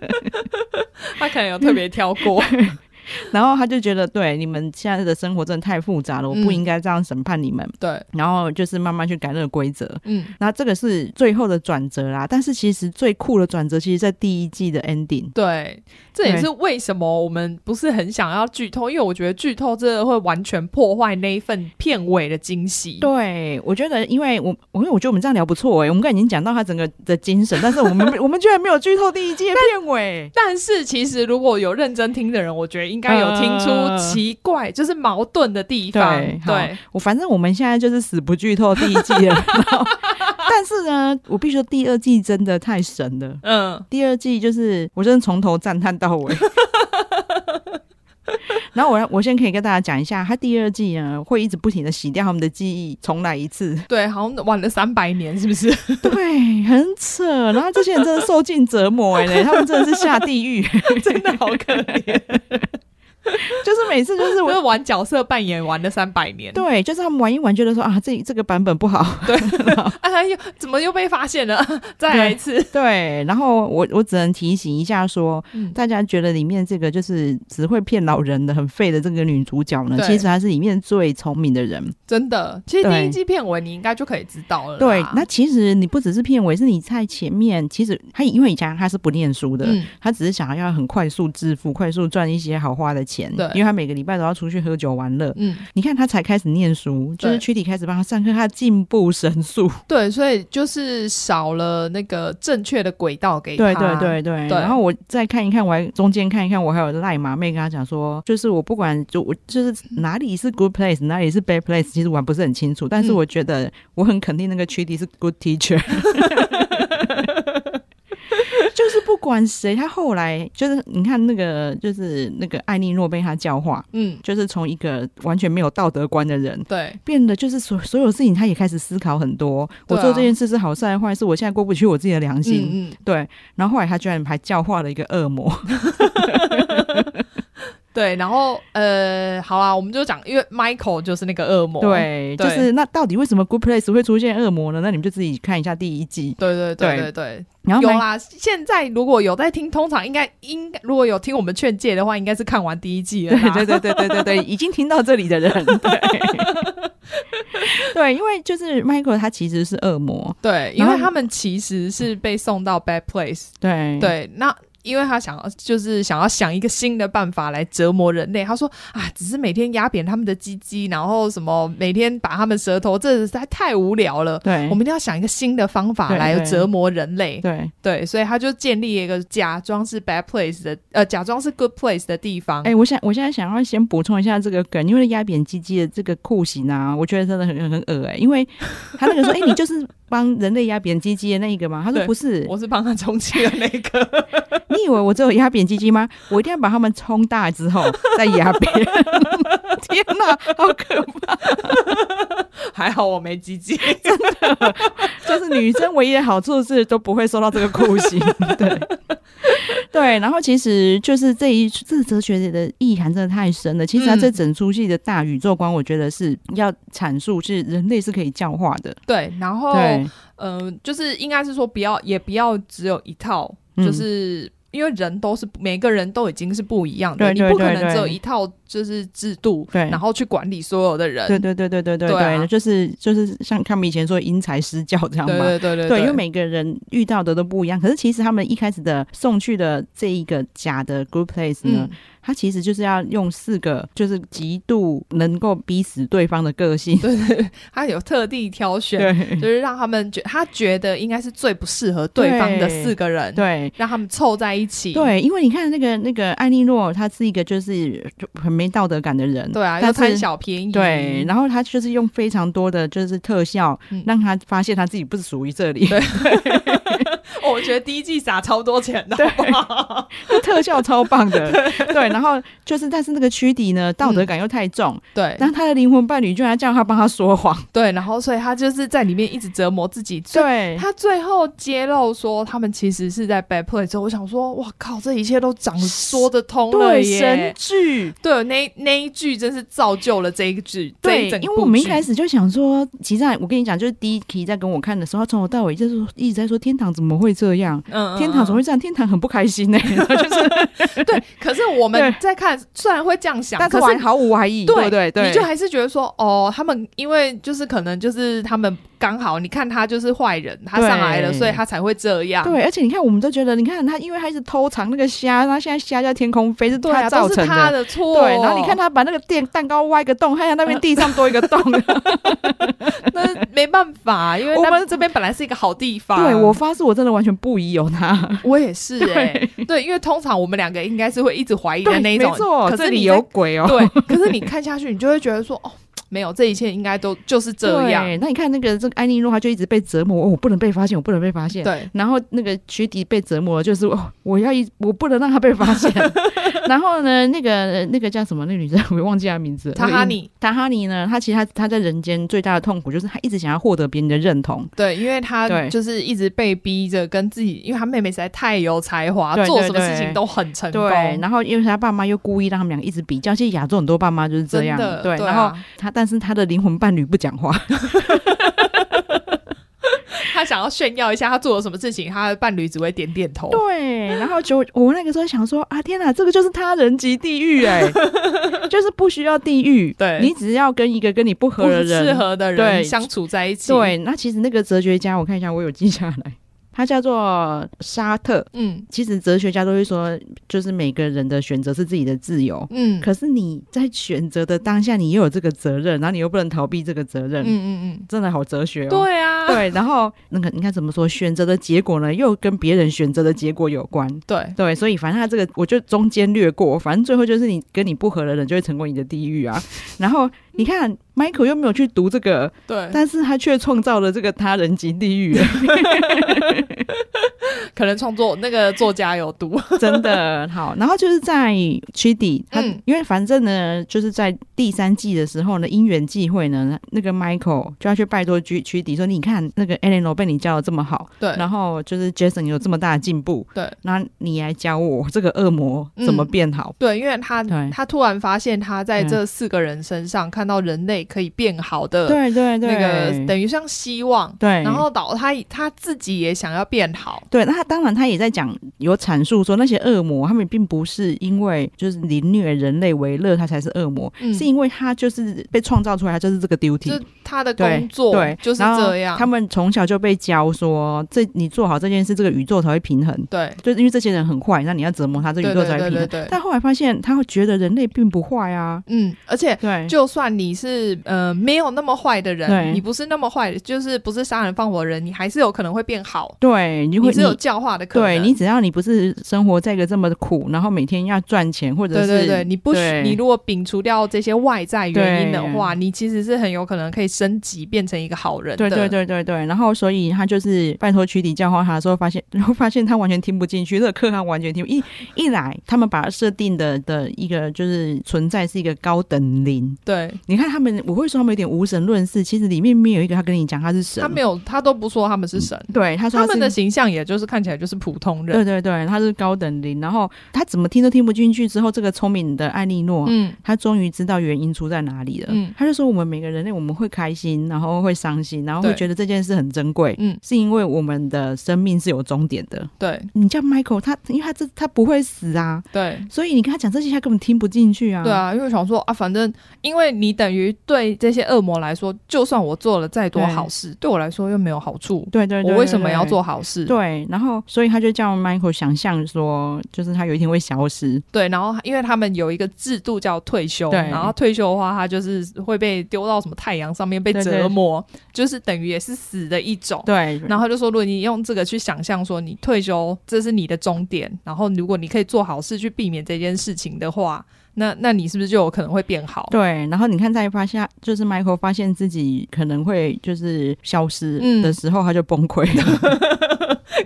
他可能有特别挑过，
[LAUGHS] 然后他就觉得，对你们现在的生活真的太复杂了，我不
嗯
应该这样审判你们。
对，
然后就是慢慢去改那个规则。
嗯，
那这个是最后的转折啦，但是其实最酷的转折，其实在第一季的 ending。
对，这也
对
是为什么我们不是很想要剧透，因为我觉得剧透真的会完全破坏那一份片尾的惊喜。
对，我觉得，因为我，我因为我觉得我们这样聊不错诶、欸我们刚才已经讲到他整个的精神，但是我 [LAUGHS] 们我们居然没有剧透第一季的片尾。
但是其实如果有认真听的人，我觉得应该有听出奇怪，就是矛盾的地方。
嗯对
对，
好我反正我们现在就是死不剧透第一季了，然后但是呢，我必须说第二季真的太神了。
嗯，。
第二季就是我真的从头赞叹到 [LAUGHS] 尾。然后我我先可以跟大家讲一下，他第二季呢会一直不停的洗掉他们的记忆，重来一次
对，好像晚了三百年，是不是？ [LAUGHS]
对，很扯。然后这些人真的受尽折磨哎、 [LAUGHS] 他们真的是下地狱，
真的好可
[LAUGHS]
怜，
就是每次就是 [LAUGHS]
就是
我。
玩角色扮演玩了三百年。
对，就是他们玩一玩，觉得说啊，这这个版本不好。 [LAUGHS]
哎呦，怎么又被发现了？ [LAUGHS] 再来一次。
对，然后我我只能提醒一下说，
嗯，
大家觉得里面这个就是只会骗老人的、很废的这个女主角呢，
对
其实她是里面最聪明的人。
真的，其实
对
第一季片尾你应该就可以知道了啦。
对，那其实你不只是片尾，是你在前面。其实他因为以前他是不念书的，
嗯，
他只是想要很快速致富，快速赚一些好花的钱。
对
因为他每个礼拜都要出去喝酒玩乐。
嗯，
你看他才开始念书，就是
对
躯体开始帮他上课，他进步神速。
对，所以就是少了那个正确的轨道给他。
对对对对。
对
然后我再看一看，我还中间看一看，我还有赖马妹跟他讲说，就是我不管就我就是哪里是 good place，哪里是 bad place，其实我还不是很清楚，但是
嗯
我觉得我很肯定那个躯体是 good teacher。就是不管谁，他后来就是你看那个，就是那个艾莉诺被他教化，
嗯，
就是从一个完全没有道德观的人，
对嗯
变得就是所所有事情他也开始思考很多。我
对啊
做这件事是好事还是坏事？我现在过不去我自己的良心。
嗯嗯，
对，然后后来他居然还教化了一个恶魔，
对。然后呃，好啦，我们就讲，因为 Michael 就是那个恶魔。
对，就
对
是那到底为什么 Good Place 会出现恶魔呢？那你们就自己看一下第一季。
对对对
对
对对，
然后
有
麦
啦。现在如果有在听，通常应该应该如果有听我们劝诫的话，应该是看完第一季了啦。
[LAUGHS] 对对对对对对
[LAUGHS]
对，已经听到这里的人，对对，因为就是 Michael 他其实是恶魔，
对，因
然后
为他们其实是被送到 Bad Place。
对
对，那。因为他想要，就是想要想一个新的办法来折磨人类。他说啊，只是每天压扁他们的鸡鸡，然后什么每天把他们舌头，这实在太无聊了。
对
我们一定要想一个新的方法
对
来
对
折磨人类。
对。
对，所以他就建立一个假装是 bad place 的，呃，假装是 good place 的地方。
哎、我想我现在想要先补充一下这个梗，因为压扁鸡鸡的这个酷刑啊，我觉得真的很很很恶哎、因为他那个说，哎、你就是帮人类压扁鸡鸡的那一个吗？他说
对
不是，
我是帮他充气的那个，
[LAUGHS] 你以为我只有压扁鸡鸡吗？我一定要把它们冲大之
[LAUGHS]
后再压扁。 [LAUGHS] 天哪，好可怕！
还好我没鸡
[LAUGHS]
鸡。
就是女生唯一的好处是都不会受到这个酷
[LAUGHS]
刑。对对，然后其实就是这一这个哲学的意涵真的太深了。其实它
嗯
这整出戏的大宇宙观，我觉得是要阐述是人类是可以教化的。
对，然后
对
嗯、呃就是应该是说不要，也不要只有一套，
嗯
就是。因为人都是每个人都已经是不一样的，
对对
你不可
对
能只有
对
一套就是制度，
对
然后去管理所有的人。
对对对对对对
对啊
对，就是就是像他们以前说因材施教这样嘛。
对对对对
对，因为每个人遇到的都不一样。可是其实他们一开始的送去的这一个假的 good place 呢，
嗯，
它其实就是要用四个就是极度能够逼死对方的个性。对
他有特地挑选，
对
就是让他们觉他觉得应该是最不适合对方的四个人，
对
让他们凑在一起。
对，因为你看那个那个艾莉诺，她是一个就是就很没道德感的人。
对啊，
但
又
是
贪小便宜。 [LAUGHS]
对，然后她就是用非常多的就是特效，
嗯
让她发现她自己不属于这里。
对哦我觉得第一季撒超多钱的，
对
好不
[LAUGHS]
好
特效超棒
[LAUGHS]
的。对，然后就是，但是那个躯体呢，道德感又太重，
对
然后他的灵魂伴侣居然叫他帮他说谎，
对，然后所以他就是在里面一直折磨自己。所以
对
他最后揭露说，他们其实是在 bad play 之后，我想说，哇靠，这一切都讲说得通了
对，神
耶！
剧。
对，那那一句真是造就了这一句，这
对
一整，
因为我们一
部剧
开始就想说，其实啊我跟你讲，就是第一题在跟我看的时候，他从头到尾就是一直在说天堂怎么会这样？
嗯，嗯
天堂怎么会这样？天堂很不开心
[LAUGHS]
呢、就是，
嗯 [LAUGHS] 对？可是我们
对
在看，虽然会这样想，
但是
可
玩毫无怀疑，对不对？对，
你就还是觉得说，哦，他们因为就是可能就是他们刚好，你看他就是坏人，他上来了，
对
所以他才会这样。
对，而且你看，我们都觉得，你看他，因为他一直偷藏那个虾，然后现在虾在天空飞，是
对啊，
造
都
成
是他
的。
的错。
对，然后你看，他把那个电蛋糕挖一个洞，还有那边地上多一个洞。
[LAUGHS] 那没办法，因为
我
他
们
们这边本来是一个好地方。
对我发誓，我真的完全不疑有 [LAUGHS] 他。
我也是哎、对，因为通常我们两个应该是会一直怀疑的
对，
那一
没
种。
错，
可
这
是你
里
在
有鬼哦。
对，可是你看下去，你就会觉得说，哦，没有，这一切应该都就是这样。
对那你看那个这个安妮诺，她就一直被折磨，哦我不能被发现，我不能被发现。
对，
然后那个曲迪被折磨，就是哦，我要一，我不能让她被发
[LAUGHS]
现。然后呢，那个那个叫什么？那个女生 [LAUGHS] 我忘记她名字了。
塔
那个
哈
英
尼，
达哈尼呢，他其实他他在人间最大的痛苦就是他一直想要获得别人的认同，
对，因为他
对
就是一直被逼着跟自己，因为他妹妹实在太有才华，
对对
做什么
对
事情都很成功。
对，然后因为他爸妈又故意让他们两个一直比较，其实亚洲很多爸妈就是这
真
样，
的，
对，
啊
然后他但是他的灵魂伴侣不讲话，
他想要炫耀一下他做了什么事情，他的伴侣只会点点头。
对，然后就我那个时候想说啊，天哪，这个就是他人及地狱
[LAUGHS]
哎、就是不需要地狱，
对
你只要跟一个跟你不合
不
的人
适合的人
对
相处在一起，，
对，那其实那个哲学家，我看一下，我有记下来，他叫做沙特。
嗯
其实哲学家都会说，就是每个人的选择是自己的自由，
嗯
可是你在选择的当下，你又有这个责任，然后你又不能逃避这个责任，
嗯嗯
真的好哲学哦。
对啊，
对然后那个应该怎么说？选择的结果呢，又跟别人选择的结果有关。
对
对，所以反正他这个，我就中间略过，反正最后就是你跟你不合的人就会成为你的地狱啊。然后你看，Michael 又没有去读这个，
对，
但是他却创造了这个他人及地狱，
可能创作那个作家有毒，
[LAUGHS] 真的好。然后就是在 Chidi，他、
嗯
因为反正呢，就是在第三季的时候呢，因缘际会呢，那个 Michael 就要去拜托 Ch Chidi 说，你看那个 Eleanor 被你教的这么好，
对
然后就是 Jason 有这么大的进步，
对，嗯
那你来教我这个恶魔怎么变好。
[LAUGHS] 对，因为他
对
他突然发现他在
对
这四个人身上看到人类可以变好的
对对对，
呃那个，等于像希望，
对，
然后导他他自己也想要变好，
对，那他当然他也在讲，有阐述说那些恶魔，他们并不是因为就是凌虐人类为乐，他才是恶魔，
嗯
是因为他就是被创造出来，他就是这个 duty，
就是他的
对
工作
对，
就是
然后
这样，
他们从小就被教说，这你做好这件事，这个宇宙才会平衡。
对
就是因为这些人很坏，那你要折磨他，这个宇宙才会
对对
平
对
衡。
对对，
但后来发现，他会觉得人类并不坏啊。
嗯，而且
对，
就算你是呃没有那么坏的人，
对
你不是那么坏，就是不是杀人放火的人，你还是有可能会变好，
对，你
你
会
是有教化的可
对
能。
你只要你不是生活在一个这么苦，然后每天要赚钱，或者
对
是
对对，你不许
对
你如果摒除掉这些外在原因的
对
话，你其实是很有可能可以升级变成一个好人的。
对对对对对，然后所以他就是拜托曲迪教化他的时候，发现然后发现他完全听不进去，这个课他完全听不一一来，他们把他设定的的一个就是存在是一个高等灵，
对
你看他们，我会说他们有点无神论事，其实里面没有一个他跟你讲他是神，
他没有，他都不说他们是神，
对他嗯说
他们的
是
形象也就是看起来就是普通人。
对对对，他是高等灵，然后他怎么听都听不进去，之后这个聪明的艾莉诺，
嗯
他终于知道原因出在哪里了。
嗯
他就说我们每个人类哎我们会开心，然后会伤心，然后会
对
觉得这件事很珍贵。
嗯，
是因为我们的生命是有终点的。
对
你叫 Michael，他因为他这他不会死啊，
对。
所以你跟他讲这些，他根本听不进去啊。
对，啊，因为想说啊，反正因为你等于对这些恶魔来说，就算我做了再多
对
好事，对我来说又没有好处。
对对对，
我为什么
对
要？做好事？
对对，然后所以他就叫 Michael 想象说，就是他有一天会消失。
对，然后因为他们有一个制度叫退休，
对
然后退休的话，他就是会被丢到什么太阳上面被
对对
折磨，就是等于也是死的一种。
对，
然后他就说，如果你用这个去想象说你退休，这是你的终点，然后如果你可以做好事去避免这件事情的话，那那你是不是就有可能会变好？
对，然后你看，在发现就是 Michael 发现自己可能会就是消失
嗯
的时候，他就崩溃了。
[LAUGHS]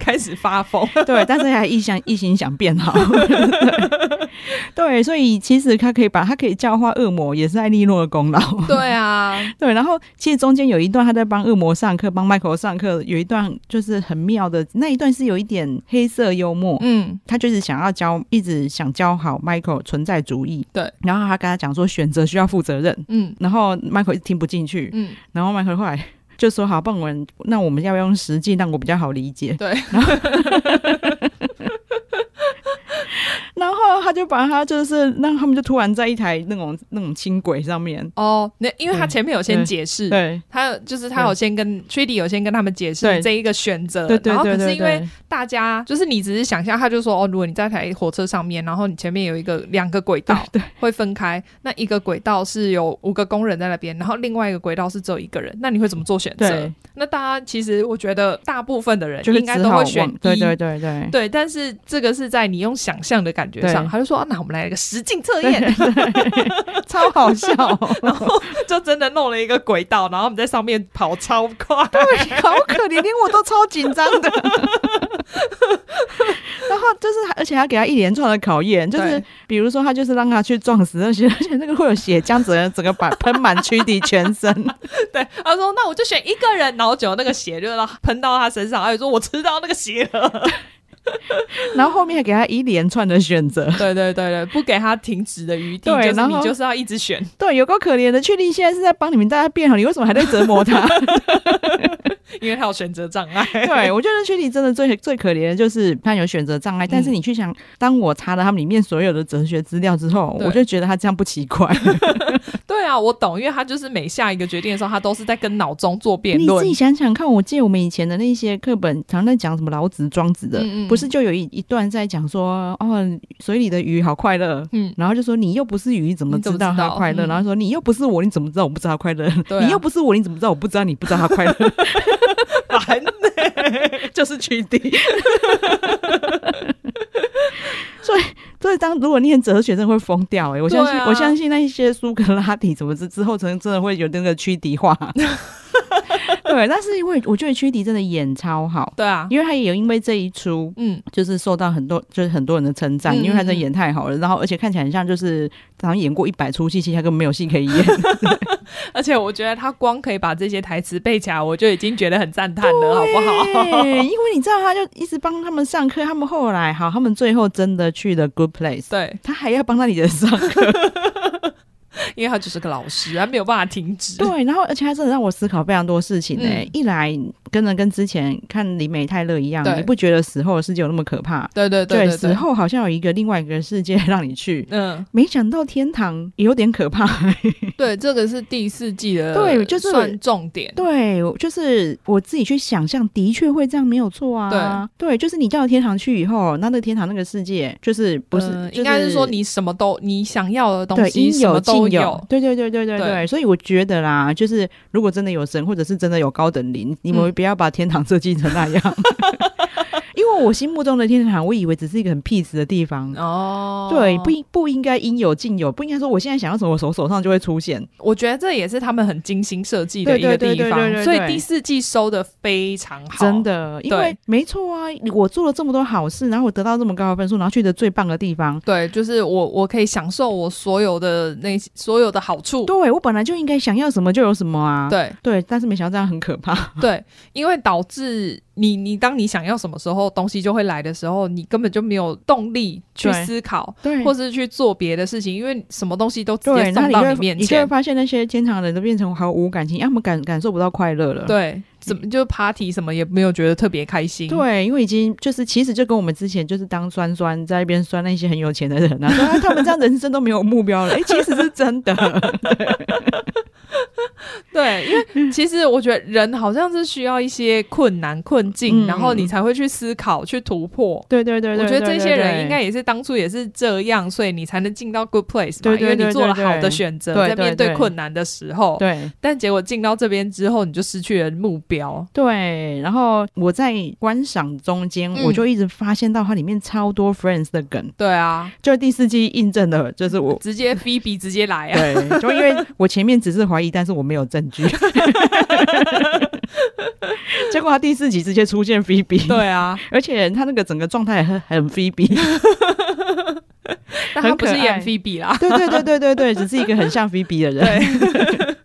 开始发疯， [LAUGHS]
对，但是还一想一心想变好。 [LAUGHS] 对对，所以其实他可以把他可以教化恶魔，也是艾莉诺的功劳。
对啊，
对，然后其实中间有一段他在帮恶魔上课，帮 Michael 上课，有一段就是很妙的，那一段是有一点黑色幽默。
嗯，
他就是想要教，一直想教好 Michael 存在主义。
对，
然后他跟他讲说，选择需要负责任。
嗯
然后 Michael 一直听不进去，
嗯，
然后麦克后来 [LAUGHS] 就说好，帮我们，那我们要不要用实际让我比较好理解？
对，
然后然后他就把他就是让他们就突然在一台那种那种轻轨上面，
哦，那因为他
对
前面有先
对
解释，
对
他就是他有先跟 Trudy 有先跟他们解释
对
这一个选择，
对对
呃然后
对
可是
对
因为
对，
大家就是你只是想象，他就说哦，如果你在台火车上面，然后你前面有一个两个轨道
对
会分开，那一个轨道是有五个工人在那边，然后另外一个轨道是只有一个人，那你会怎么做选择
对？
那大家其实我觉得大部分的人
就是
应该
只
都
好
会选
往
一，
对对对对。
对，但是这个是在你用想象的感觉上，
对
他就说、啊、那我们来一个实境测
对
验，
对超好 [LAUGHS] 笑、
[LAUGHS] 然后就真的弄了一个轨道，然后我们在上面跑超
[LAUGHS]
快，
好可怜，连我都超紧张的。 [LAUGHS] 然后就是，而且还给他一连串的考验，就是
对
比如说他就是让他去撞死那些， [LAUGHS] 而且那个会有血浆，整个整个把喷满躯体全身。
对，他说那我就选一个人，然后结果那个血就让喷到他身上，他就说我吃到那个血了。
然后后面还给他一连串的选择。
[LAUGHS] 对对对对，不给他停止的余地，
对
就是
然
你
后
就是要一直选， [LAUGHS]
对，有够可怜的，确定现在是在帮你们大家变好，你为什么还在折磨
[LAUGHS]
他？
因为他有选择障碍。
对，我觉得确定真的最最可怜的就是他有选择障碍，
嗯
但是你去想，当我查了他们里面所有的哲学资料之后，
对
我就觉得他这样不奇怪。
[LAUGHS] 对啊，我懂，因为他就是每下一个决定的时候，他都是在跟脑中做辩
你自
论
己。想想看，我记得我们以前的那些课本，常在讲什么老子、庄子的，
嗯嗯
不是就有一一段在讲说，哦，水里的鱼好快乐。
嗯，
然后就说你又不是鱼，怎么
你怎么
知道
知道
它快乐？
嗯
然后说你又不是我，你怎么知道我不知道它快乐？
对啊
你又不是我，你怎么知道我不知道你不知道它快乐？
烦。
就是取缔。 [LAUGHS] 所以，所以当如果念哲学，真的会疯掉哎、欸！我相信，
对啊
我相信那一些苏格拉底什么之之后，真真的会有那个躯体 [LAUGHS] 化。对，但是因为我觉得躯体真的演超好，
[LAUGHS] 对啊，
因为他也有因为这一出。
嗯，
就是受到很多，就是很多人的称赞，
嗯嗯
因为他真的演太好了，然后而且看起来很像就是好像演过一百出戏，其实他根本没有戏可以演。
而且我觉得他光可以把这些台词背起来，我就已经觉得很赞叹了，好不
[LAUGHS]
好？ [LAUGHS]
对，因为你知道，他就一直帮他们上课，他们后来好，他们最后真的去了 Good Place，
对，
他还要帮他你的
[LAUGHS]
上课，
因为他就是个老师，他没有办法停止。
对，然后而且他真的让我思考非常多事情呢、欸
嗯
一来，跟人跟之前看李美泰勒一样
对，
你不觉得死后的世界有那么可怕？
[LAUGHS] 对对对对
死
对，
后好像有一个另外一个世界让你去。
嗯，
没想到天堂也有点可
[LAUGHS]
怕、
对，这个是第四季的，
[LAUGHS] 对就是
算重点。
对，就是我自己去想象，的确会这样，没有错啊。对，就是你到了天堂去以后，那那个天堂那个世界就是不是，
嗯
就
应该是说你什么都你想要的东
对，
西
应
什么
有
都
尽有，对对对对对
对
对所以我觉得啦，就是如果真的有神，或者是真的有高等灵，你们
嗯
不要把天堂设计成那样。 [LAUGHS] 因为我心目中的天堂，我以为只是一个很 peace 的地方。
哦，
对，不应不应该应有尽有，不应该说我现在想要什么，我手手上就会出现。
我觉得这也是他们很精心设计的一
对
个
对
地
对
方
对对，对
所以
对
第四季收的非常好，
真。的，因为没错啊，我做了这么多好事，然后我得到这么高的分数，然后去的最棒的地方，
对，就是我，我可以享受我所有的那些所有的好处。
对我本来就应该想要什么就有什么啊。
对
对，但是没想到这样很可怕。
对，因为导致你，你当你想要什么时候东西就会来的时候，你根本就没有动力去
对
思考，
[LAUGHS] 对
或是去做别的事情，因为什么东西都直接
对，那
送
你
到
就会
面
就会
前。
发现那些天堂人都变成毫无感情，要么感感受不到快乐了。
对，怎么就是 party 什么也没有觉得特别开心。
对，因为已经就是其实就跟我们之前就是当酸酸在一边酸那些很有钱的人啊，说
[LAUGHS]
啊他们这样人生都没有目标了，哎、其实是真的。
对，因为
嗯
其实我觉得人好像是需要一些困难困境，
嗯
然后你才会去思考、去突破。
对对对对，
我觉得
对
这些人应该。也是当初也是这样，所以你才能进到 good place 嘛，
对对
因为你
对
做了
对对
好的选择，
对
在面
对
对
对
困难的时候。
对对
但结果进到这边之后，你就失去了目标。
对，然后我在观赏中间，
嗯
我就一直发现到它里面超多 Friends 的梗，
对啊，
就第四季印证了，就是我 [LAUGHS]
直接 p h 直接来啊！
对，就因为我前面只是怀疑，但是我没有证据。结果他第四集直接出现 Phoebe，
对啊，
而且他那个整个状态很很 Phoebe，
但他
很
不
可
是演
爱
p h 啦，
[LAUGHS] 对对对对对对，只是一个很像 Phoebe 的人。
对。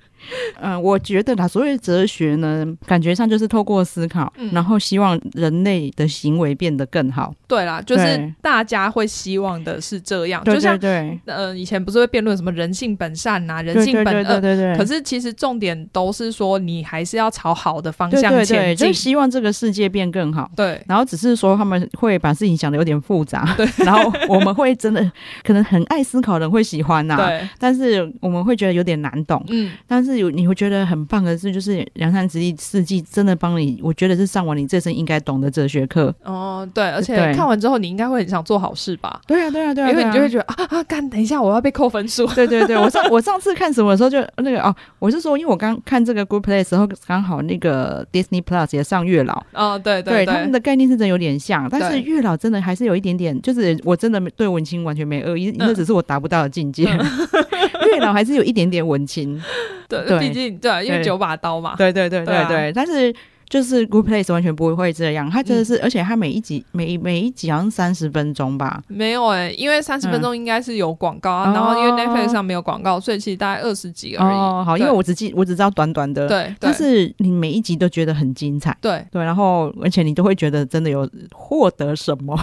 嗯，我觉得啦，所谓的哲学呢，感觉上就是透过思考，
嗯
然后希望人类的行为变得更好。
对啦，就是
对
大家会希望的是这样，
对
就
对
像
对，
呃以前不是会辩论什么人性本善呐、人
对
性
对
本
对对
恶，
对对。
可是其实重点都是说你还是要朝好的方
对
向
对
前
对，就
进
是。希望这个世界变更好。
对
然后只是说他们会把事情想的有点复杂， [LAUGHS] 然后我们会真的 [LAUGHS] 可能很爱思考的人会喜欢呐、
对，
但是我们会觉得有点难懂。
嗯，
但是有你会觉得很棒的是，就是梁山之力四季真的帮你，我觉得是上完你这生应该懂的哲学课。
哦，对，而且
对
看完之后你应该会很想做好事吧？
对啊，对啊，对啊，
因为
对
你
啊
就会觉得啊啊，干，等一下我要被扣分
[LAUGHS]
数。
对对对，我上我上次看什么的时候就那个哦，我是说，因为我刚看这个 Good Play 的时候，刚好那个 Disney Plus 也上月老，
哦，对对
他们的概念是真的有点像，但
对
是月老真的还是有一点点，就是我真的没对文青完全没恶
嗯
意，那只是我达不到的境界。 [LAUGHS] 月老还是有一点点文青，
对，
对
毕竟对，因为
对
九把刀嘛。
对对对
对
对
啊
对，但是。就是 Good Place 完全不会这样，它真的
嗯
是，而且它每一集每每一集好像三十分钟吧，
没有哎、因为三十分钟应该是有广告、啊，
嗯哦
然后因为 Netflix 上没有广告，所以其实大概二十集而已。
哦，好，因为我只记我只知道短短的，
对，对
但是你每一集都觉得很精彩，
对
对，然后而且你都会觉得真的有获得什么，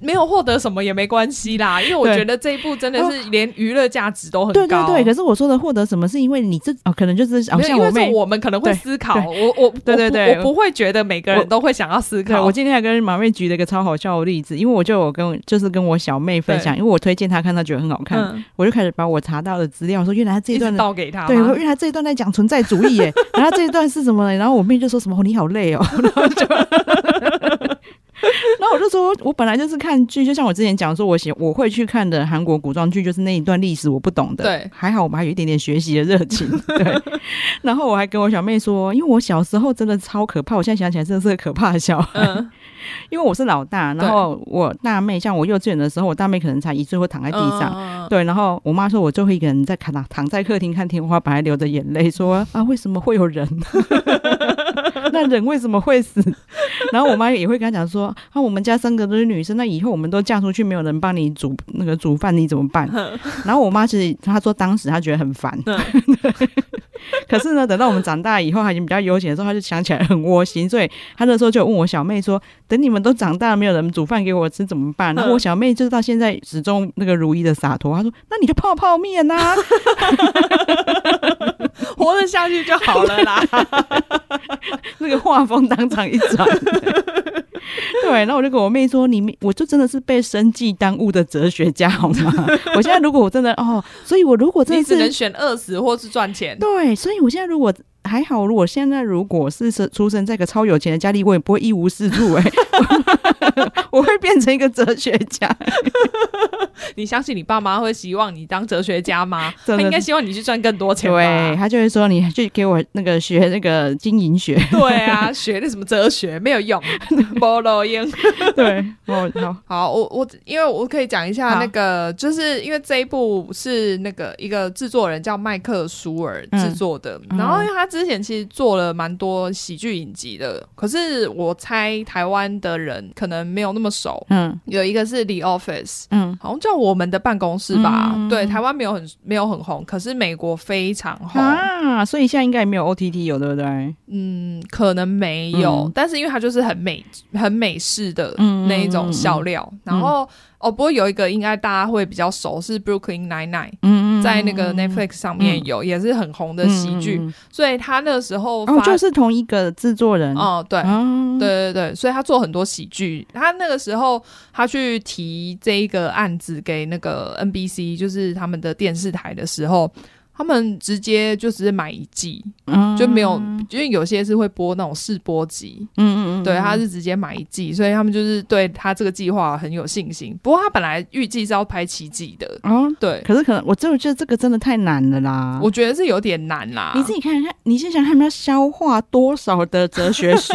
没有获得什么也没关系啦，因为我
对哦
觉得这一部真的是连娱乐价值都很
对对
高。
对。可是我说的获得什么，是因为你这哦，可能就是哦，
没有，
像
因为
我
这
妹，
我们可能会
对
思考，我我
对对
我不
对
我不会觉得每个人
我
都会想要思
对
考。
我今天还跟马妹举了一个超好笑的例子，因为我就有跟就是跟我小妹分享，因为我推荐她看，她觉得很好看，
嗯，
我就开始把我查到的资料说，原来她这
一
一段
直
的。
倒给他吗，
对，原来这一段在讲存在主义耶， [LAUGHS] 然后这一段是什么呢？然后我妹就说什么、哦你好累哦，然后就， [LAUGHS] 然后我就说，我本来就是看剧，就像我之前讲说，我喜我会去看的韩国古装剧，就是那一段历史我不懂的，
对
还好我们还有一点点学习的热情， [LAUGHS] 对。然后我还跟我小妹说，因为我小时候真的超可怕，我现在想起来真的是个可怕的小孩，
嗯，
[LAUGHS] 因为我是老大，然后我大妹，像我幼稚园的时候，我大妹可能才一岁会躺在地上，
嗯，
对，然后我妈说，我最后一个人在躺躺在客厅看天花板，还流着眼泪说啊，为什么会有人？ [LAUGHS] 那人为什么会死？ [LAUGHS] 然后我妈也会跟她讲说，啊，我们家三个都是女生，那以后我们都嫁出去，没有人帮你煮那个煮饭，你怎么办？然后我妈其实她说当时她觉得很烦，
嗯
[LAUGHS] 可是呢，等到我们长大以后，她已经比较悠闲的时候，她就想起来很窝心，所以她那时候就问我小妹说，等你们都长大了，没有人煮饭给我吃怎么办？然后我小妹就是到现在始终那个如一的洒脱，她说：“那你就泡泡面啊呐、
嗯 [LAUGHS] 活得下去就好了啦。
那个画风当场一
[LAUGHS]
转。对，然后我就跟我妹说：“你妹，我就真的是被生计耽误的哲学家，好吗？
[LAUGHS]
我现在如果我真的哦，所以我如果 [LAUGHS] 真
你
的
只能
是
选饿死或是赚钱。
对，所以我现在如果还好，如果现在如果是生出生在一个超有钱的家里，我也不会一无是处
[LAUGHS]
哎、我会变成一个哲学家。
你相信你爸妈会希望你当哲学家吗？
[LAUGHS]
他
真的
应该希望你去赚更多钱
对，
吧？
他就会说你去给我那个学那个经营学。”
[LAUGHS] 对啊，学那什么哲学没有
[LAUGHS]
用，菠萝英。
对，哦，好，
好，我我因为我可以讲一下
好
那个，就是因为这一部是那个一个制作人叫麦克舒尔
嗯
制作的，
嗯
然后因为他之前其实做了蛮多喜剧影集的，可是我猜台湾的人可能没有那么熟。
嗯
有一个是《The Office》，
嗯，
好像叫我们的办公室吧？
嗯
对，台湾没有很没有很红，可是美国非常红。
啊，所以现在应该也没有 OTT 有对不对？
嗯，可能没有，
嗯
但是因为它就是很美很美式的
嗯
那一种笑料。然
嗯
后、哦，不过有一个应该大家会比较熟是《Brooklyn Nine Nine》。
嗯
在那个 Netflix 上面有，也是很红的喜剧，
嗯嗯
所以他那时候
嗯哦，
发，
就是同一个制作人，
哦对，
哦，
对对对，所以他做很多喜剧。他那个时候，他去提这一个案子给那个 NBC，就是他们的电视台的时候，他们直接就只是买一季，
嗯，
就没有，因为有些是会播那种试播集，
嗯嗯嗯，
对，他是直接买一季，所以他们就是对他这个计划很有信心。不过他本来预计是要拍七季的，
哦，
对，
可是可能我真的觉得这个真的太难了啦，
我。觉得是有点难啦。 [LAUGHS]
你自己看看，你先想看他们要消化多少的哲学书，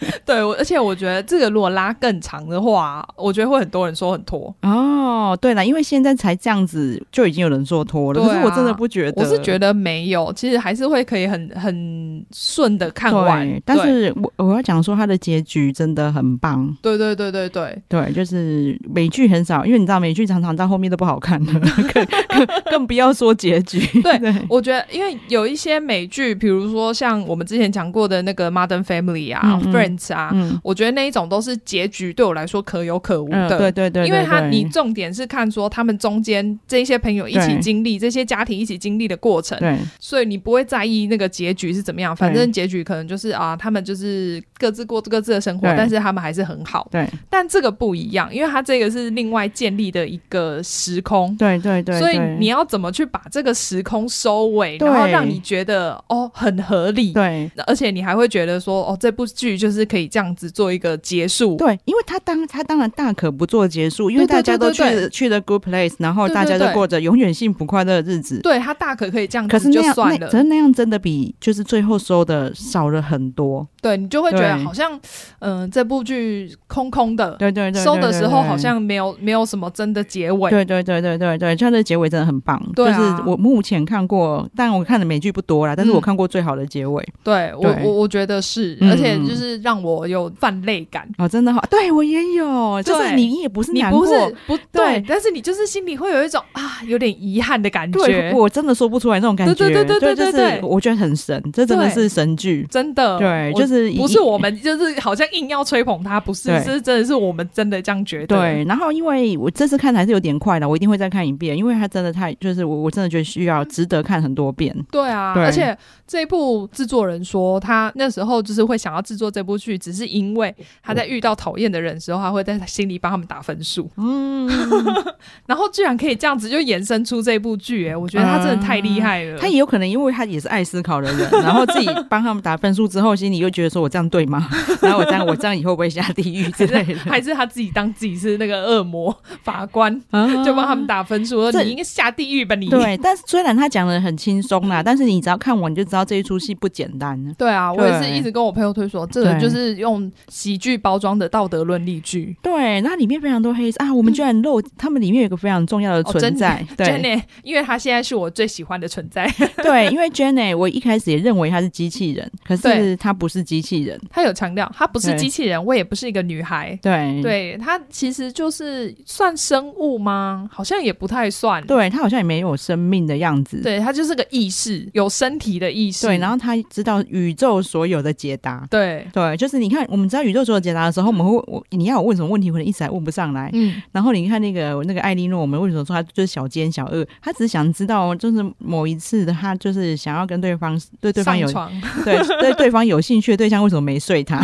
对
对，我而且我觉得这个如果拉更长的话，我觉得会很多人说很拖。
哦，对了，因为现在才这样子，就已经有人做脱了。
对啊
可是我真的不觉得，
我是觉得没有，其实还是会可以很很顺的看完
对。但
对
是我我要讲说，它的结局真的很棒。
对对对对对，
对，就是美剧很少，因为你知道美剧常常到后面都不好看了， [LAUGHS] 更更更不要说结局。
对
对
我觉得，因为有一些美剧，比如说像我们之前讲过的那个《Modern Family》啊，
嗯嗯
Friends》啊，
嗯
我觉得那一种都是结局对我来说可有可无
嗯，
的。
对对对，
因为他
对
你重点是看说他们中间这些朋友一起
对
经历，这些家庭一起经历的过程，
对
所以你不会在意那个结局是怎么样。反
对
正结局可能就是啊，他们就是各自过各自的生活，
对
但是他们还是很好。
对
但这个不一样，因为它这个是另外建立的一个时空。
对对对，
所以
对
你要怎么去把这个时空收尾，
对
然后让你觉得哦很合理，
对
而且你还会觉得说哦这部剧就是可以这样子做一个结束，
对，因为他当他当然大可不做结束，因为
对对
大家都去
对对
去了 good place，然后
对对
大家都
对
过着永远幸福快乐的日子。
对他大可可以这样
可
子
是那
就
样，
算
那
了
可，是那样真的比就是最后收的少了很多。
对你就会觉得
对
好像嗯、呃这部剧空空的，
对对对，
收
对
的时候好。
对对
像没有没有什么真的结尾，
对对对对对对，它的结尾真的很棒，
对啊
就是我目前看过，但我看的美剧不多啦，但是
嗯
我看过最好的结尾、
对我
对
我我觉得是，
嗯
而且就是让我有泛泪感。
哦，真的好，对我也有，就是
对
你也不是
你
难
不
过，
是不
对
对，但是你就是心里会有一种啊，有点遗憾的感觉
对，。我真的说不出来那种感觉，
对对对对
就
对
是
对
我觉得很神，这真的
对
是神剧，
真的，
对，
我
就是
不
一
是我们，就是好像硬要吹捧他，不是，
对
这是真的是我们真的这样觉得。
对，然后因为我这次看还是有点快的，我一定会再看一遍，因为它真的太就是我我真的觉得需要值得看很多遍。
对啊，
对
而且这一部制作人说，他那时候就是会想要制作这部剧，只是因为他在遇到讨厌的人的时候，他会在心里帮他们打分数，
嗯，
[LAUGHS] 然后居然可以这样子就延伸出这部剧，哎，我觉得他真的太厉害了。
啊他也有可能因为他也是爱思考的人，然后自己帮他们打分数之后，心里又觉得说我这样对吗？然后我这样我这样以后会不会下地狱之类的？
[LAUGHS] [LAUGHS] 还是他自己当自己是那个恶魔法官，
啊
就帮他们打分数，
这
说你应该下地狱吧你。
对，但是虽然他讲的很轻松
嗯
啦，但是你只要看完你就知道这一出戏不简单。
对啊，我也是
对
一直跟我朋友推说，这个
对
就是用喜剧包装的道德论例剧。
对，那里面非常多黑色啊，我们居然漏，他们里面有一个非常重要的
嗯哦
存
真的
在，对
Jenny，因为他现在是我最喜欢的存在，
对，因为 Jenny 我一开始也认为她是机器
[LAUGHS]
人，可是
对
她不是机器人，
他有强调，他不是
对嗯
机器人，我也不是一个女孩。
对
对他其实就是算生物吗？好像也不太算。
对，他好像也没有生命的样子。
对，他就是个意识，有身体的意识。
对，然
后
后他知道宇宙所有的解答。
对，
对，就是你看，我们知道宇宙所有解答的时候，我们会我你要我问什么问题，可能一直还问不上来。
嗯，
然后你看那个那个艾莉诺，我们为什么说他就是小奸小恶？他只想知道，就是某一次的他就是想要跟对方对对方有
上床 [LAUGHS]
对对对方有兴趣的对象为什么没睡他？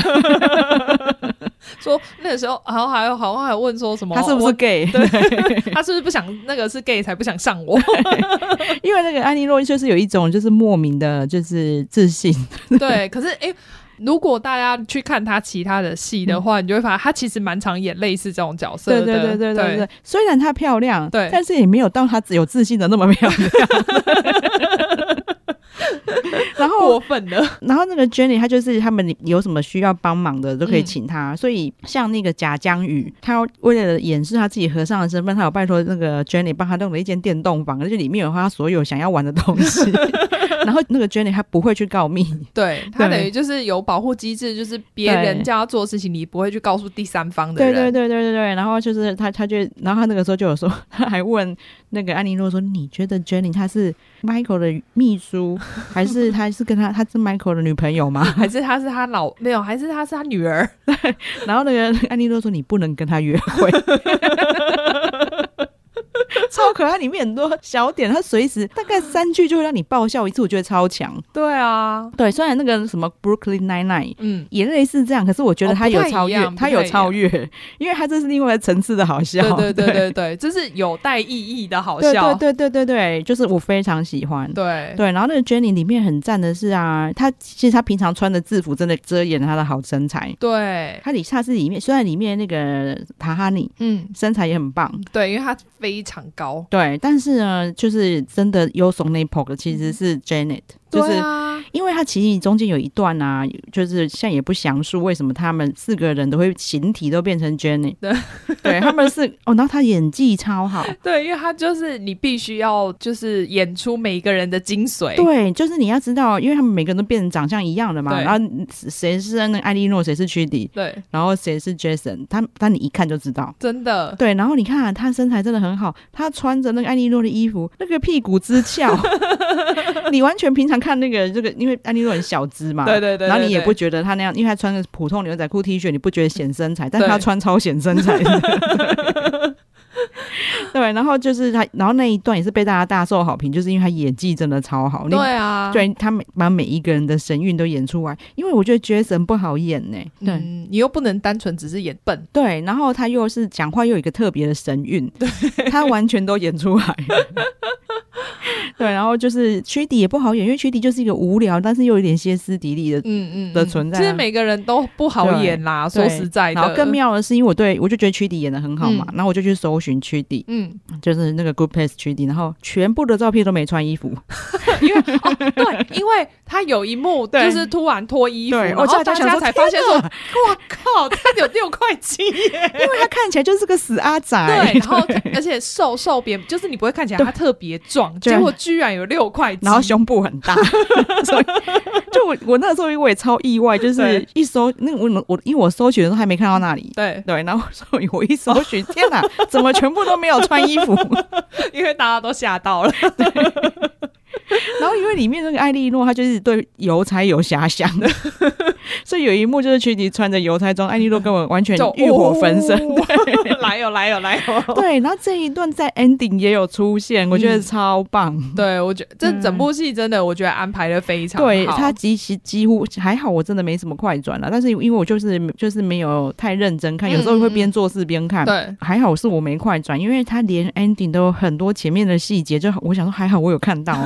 说那个时候，然后还有好像还有问说什么，
他是不是 [LAUGHS] gay？
我他是不是不想那个是 gay 才不想上
[LAUGHS]
我？
因为那个艾莉诺就是有一种就是莫名的就是自信，
对，可是诶，如果大家去看他其他的戏的话，你就会发现他其实蛮常演类似这种角色
对嗯
的。
对对对对对
对，，
虽然她漂亮，
对
但是也没有到她有自信的那么漂亮。然后
过，分了。
[LAUGHS] 然后那个 Jenny，她就是他们有什么需要帮忙的都可以
嗯
请她。所以像那个贾江宇，他为了掩饰他自己和尚的身份，他有拜托那个 Jenny 帮他弄了一间电动房，而且里面有他所有想要玩的东
[LAUGHS]
西。然后那个 Jenny 她不会去告密，
对他
对
等于就是有保护机制，就是别人叫他做的事情，你不会去告诉第三方的
对对
人。
对对对对，然后就是他，他就，然后他那个时候就有说，他还问那个安妮诺说：“你觉得 Jenny 她是 Michael 的秘书，还是她是跟他她是 Michael 的女朋友吗 [LAUGHS]
还是他是他老 [LAUGHS] 没有，还是他是他女儿？？”
然后那个安妮诺说：“你不能跟他约会。” [LAUGHS] 超可爱，里面很多小点，他随时大概三句就会让你爆笑一次，我觉得超强。
[LAUGHS] 对啊，
对，虽然那个什么 Brooklyn Nine Nine
嗯，
也类似这样，可是我觉得
哦
他有
不太一
超越，
样不
他
太
有
一
超
样
越，因为他这是另外层次的好笑。
对对对对对，这是有带意义的好
对
笑。哦
对对对对对，就是我非常喜欢。
对
对，然后那个 Jenny 里面很赞的是啊，她其实她平常穿的制服真的遮掩了她的好身材。
对
她里她是里面虽然里面那个塔哈尼
嗯，
身材也很棒，
对，因为他非常高。
对，但是呢，就是真的优松那 p o 其实是 Janet，、就
对
是
啊，
因为他其实中间有一段啊，就是现在也不详述为什么他们四个人都会形体都变成 Jenny，
对
对，他们是哦，然后他演技超好，
对，因为他就是你必须要就是演出每一个人的精髓，
对，就是你要知道，因为他们每个人都变成长相一样的嘛，
对
然后谁是那个艾莉诺，谁是 Chidi，
对，
然后谁是 Jason，他但你一看就知道。
真的，
对，然后你看、啊、他身材真的很好，他穿着那个艾莉诺的衣服，那个屁股之
[LAUGHS]
翘，你完全平常看那个这个，因为艾莉诺很小只嘛，
对对对对
然后你也
对
不觉得他那样，因为他穿个普通牛仔裤 T 恤，你不觉得显身材，但
对
他穿超显身材
[LAUGHS]
的对，然后就是他，然后那一段也是被大家大受好评，就是因为他演技真的超好，你
对啊，
对他每把每一个人的神韵都演出来，因为我觉得 Jason 不好演呢、对、
嗯，你又不能单纯只是演笨，
对，然后他又是讲话又有一个特别的神
[LAUGHS]
韵，对，他完全都演出来了。对，然后就是曲迪也不好演，因为曲迪就是一个无聊，但是又有点歇斯底里的。
嗯嗯
的
嗯
存在
其实
啊
每个人都不好
对
演啦，说
对
实在的，
然后更妙的是，因为我对我就觉得曲迪演的很好嘛，然后我就去搜寻曲迪，
嗯，
就是那个 Good Place 曲迪，然后全部的照片都没穿衣服，
因为哦 [LAUGHS] 对，因为他有一
[LAUGHS]
幕
对
就是突然脱衣服，
对
然
我
后
这
大
样就想
家
说
才发现
天
说，
[LAUGHS] 哪
哇靠，他
[LAUGHS]
有六块肌耶，
因为他看起来就是个死阿仔。
对，然后 [LAUGHS] 而且瘦瘦扁，就是你不会看起来
哎对
他特别壮，
对
结果居然有六块肌，
然后胸部很大， [LAUGHS] 所以就我我那个时候我也超意外，就是
对
一搜那个我我因为我搜寻的时候还没看到那里，
[LAUGHS] 对，
对，然后所以我一搜寻，天哪，怎么全部都没有穿衣服？ [LAUGHS]
因为大家都吓到了，
然后因为里面那个艾莉诺，她就是对邮差有遐想， [LAUGHS] 所以有一幕就是曲迪穿着邮差装，艾莉诺根本完全
就
欲火焚身。
哦 [LAUGHS] 来哦来哦来哦，
[LAUGHS] 对，然后这一段在 ending 也有出现，我觉得
嗯
超棒。
对我觉得这
嗯
整部戏真的，我觉得安排的非常好，
对他其实几乎还好，我真的没什么快转了，但是因为我就是就是没有太认真看，有时候会边做事边看。
嗯对。
还好是我没快转，因为他连 ending 都有很多前面的细节，就我想说还好我有看
[LAUGHS]
到、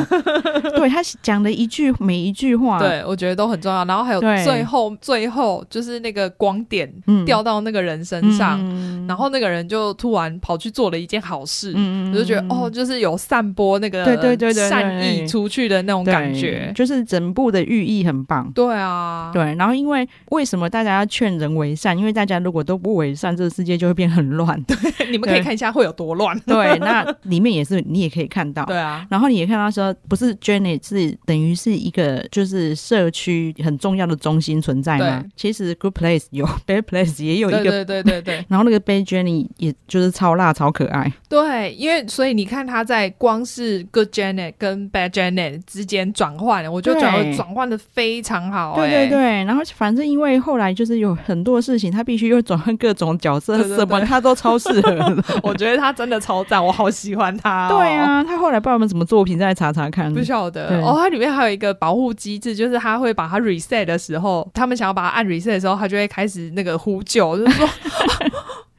对他讲的一句每一句话，，
对，我觉得都很重要。然后还有
对
最后，最后就是那个光点
嗯
掉到那个人身上，
嗯
然后那个人就突然跑去做了一件好事，
嗯
我就觉得哦，就是有散播那个
对对对对对
善意出去的那种
对
感觉。
就是整部的寓意很棒。
对啊，
对，然后因为为什么大家要劝人为善？因为大家如果都不为善，这个世界就会变很乱。 [LAUGHS] 对，
[LAUGHS] 你们可以看一下会有多乱。
那里面也是你也可以看到。
对啊，
然后你也看到说，不是 Janet 是等于是一个就是社区很重要的中心存在嘛
对？
其实 Good Place 有 [LAUGHS] Bad Place 也有一
对
个，
对对
[LAUGHS]
对对
然后那个 Bad Jenny 也就是超辣超可爱，
对，因为所以你看他在光是 Good Janet 跟 Bad Janet 之间转换，我觉得
对
转转换的非常好、
对
哎
对对。然后反正因为后来就是有很多事情，他必须又转换各种角色，
对对
什么
对
他都超适合的。
我觉得他真的超赞， [LAUGHS] 我好喜欢他、哦
对，啊，他后来不知道我们什么作品，再查查看。
不晓得
嗯对
哦，它里面还有一个保护机制，就是它会把它 reset 的时候，他们想要把它按 reset 的时候，它就会开始那个呼救，就是说。啊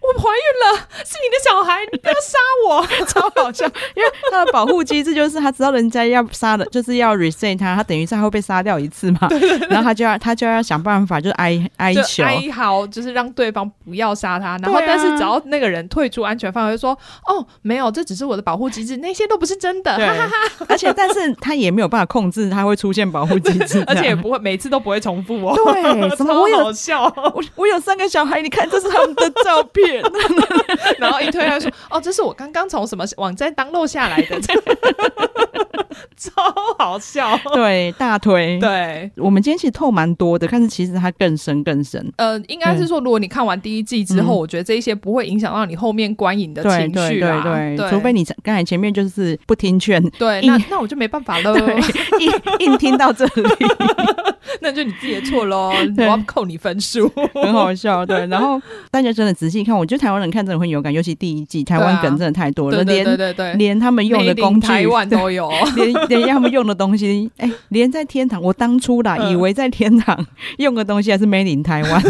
我怀孕了，是你的小孩，你不要杀我！
超好笑，因为他的保护机制就是他知道人家要杀的， [LAUGHS] 就是要 reset 他，他等于是他会被杀掉一次嘛，然后他就要他就要想办法，就是哀哀
就
求。
哀嚎，就是让对方不要杀他。然后，
对啊
但是只要那个人退出安全范围，就说：“哦，没有，这只是我的保护机制，那些都不是真的。”
对
哈哈
[LAUGHS]
哈。，
而且但是他也没有办法控制，他会出现保护机制，
而且也不会每次都不会重复哦。 [LAUGHS]
对，什么我
超好
有
笑。
我我有三个小孩，你看这是他们的照片，哦
然后一推他说：“哦，这是我刚刚从什么网站 download 下来的， [LAUGHS] 超好笑。
[LAUGHS] 对，大推”。
对，
我们今天其实透蛮多的，但是其实它更深更深。
呃，应该是说，如果你看完第一季之后，
嗯
我觉得这一些不会影响到你后面观影的
对
情
对
绪
对
啦。
对，除非你刚才前面就是不听 [LAUGHS] 劝，
对，
硬
那那我就没办法喽，
硬硬听到这里，
那就你自己的错喽，我
[LAUGHS] 对
要扣你分数。
很好笑，对。然后大家真的仔细看，我觉得台湾人看真的会有感，尤其第一季台
对
湾
啊
梗真的太多了，
对对对
连
对对，
连他们用的
Made in
工具，
台湾都有。
连连他们 [LAUGHS] 用的东西，哎、连在天堂，我当初啦、
嗯
以为在天堂用的东西还是 Made in 台湾。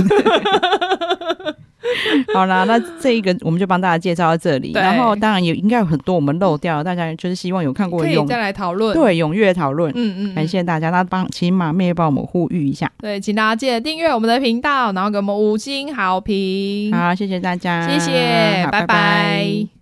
[LAUGHS] 好啦，那这一个我们就帮大家介绍到这里，
对
然后当然也应该有很多我们漏掉的，大家就是希望有看过
可
的
以
踊
再来讨论。
对踊跃讨论，
嗯，嗯嗯，
感谢大家，那帮请马妹帮我们呼吁一下，
对，请大家记得订阅我们的频道，然后给我们五星好评。
好，谢谢大家，
嗯谢谢
好
拜拜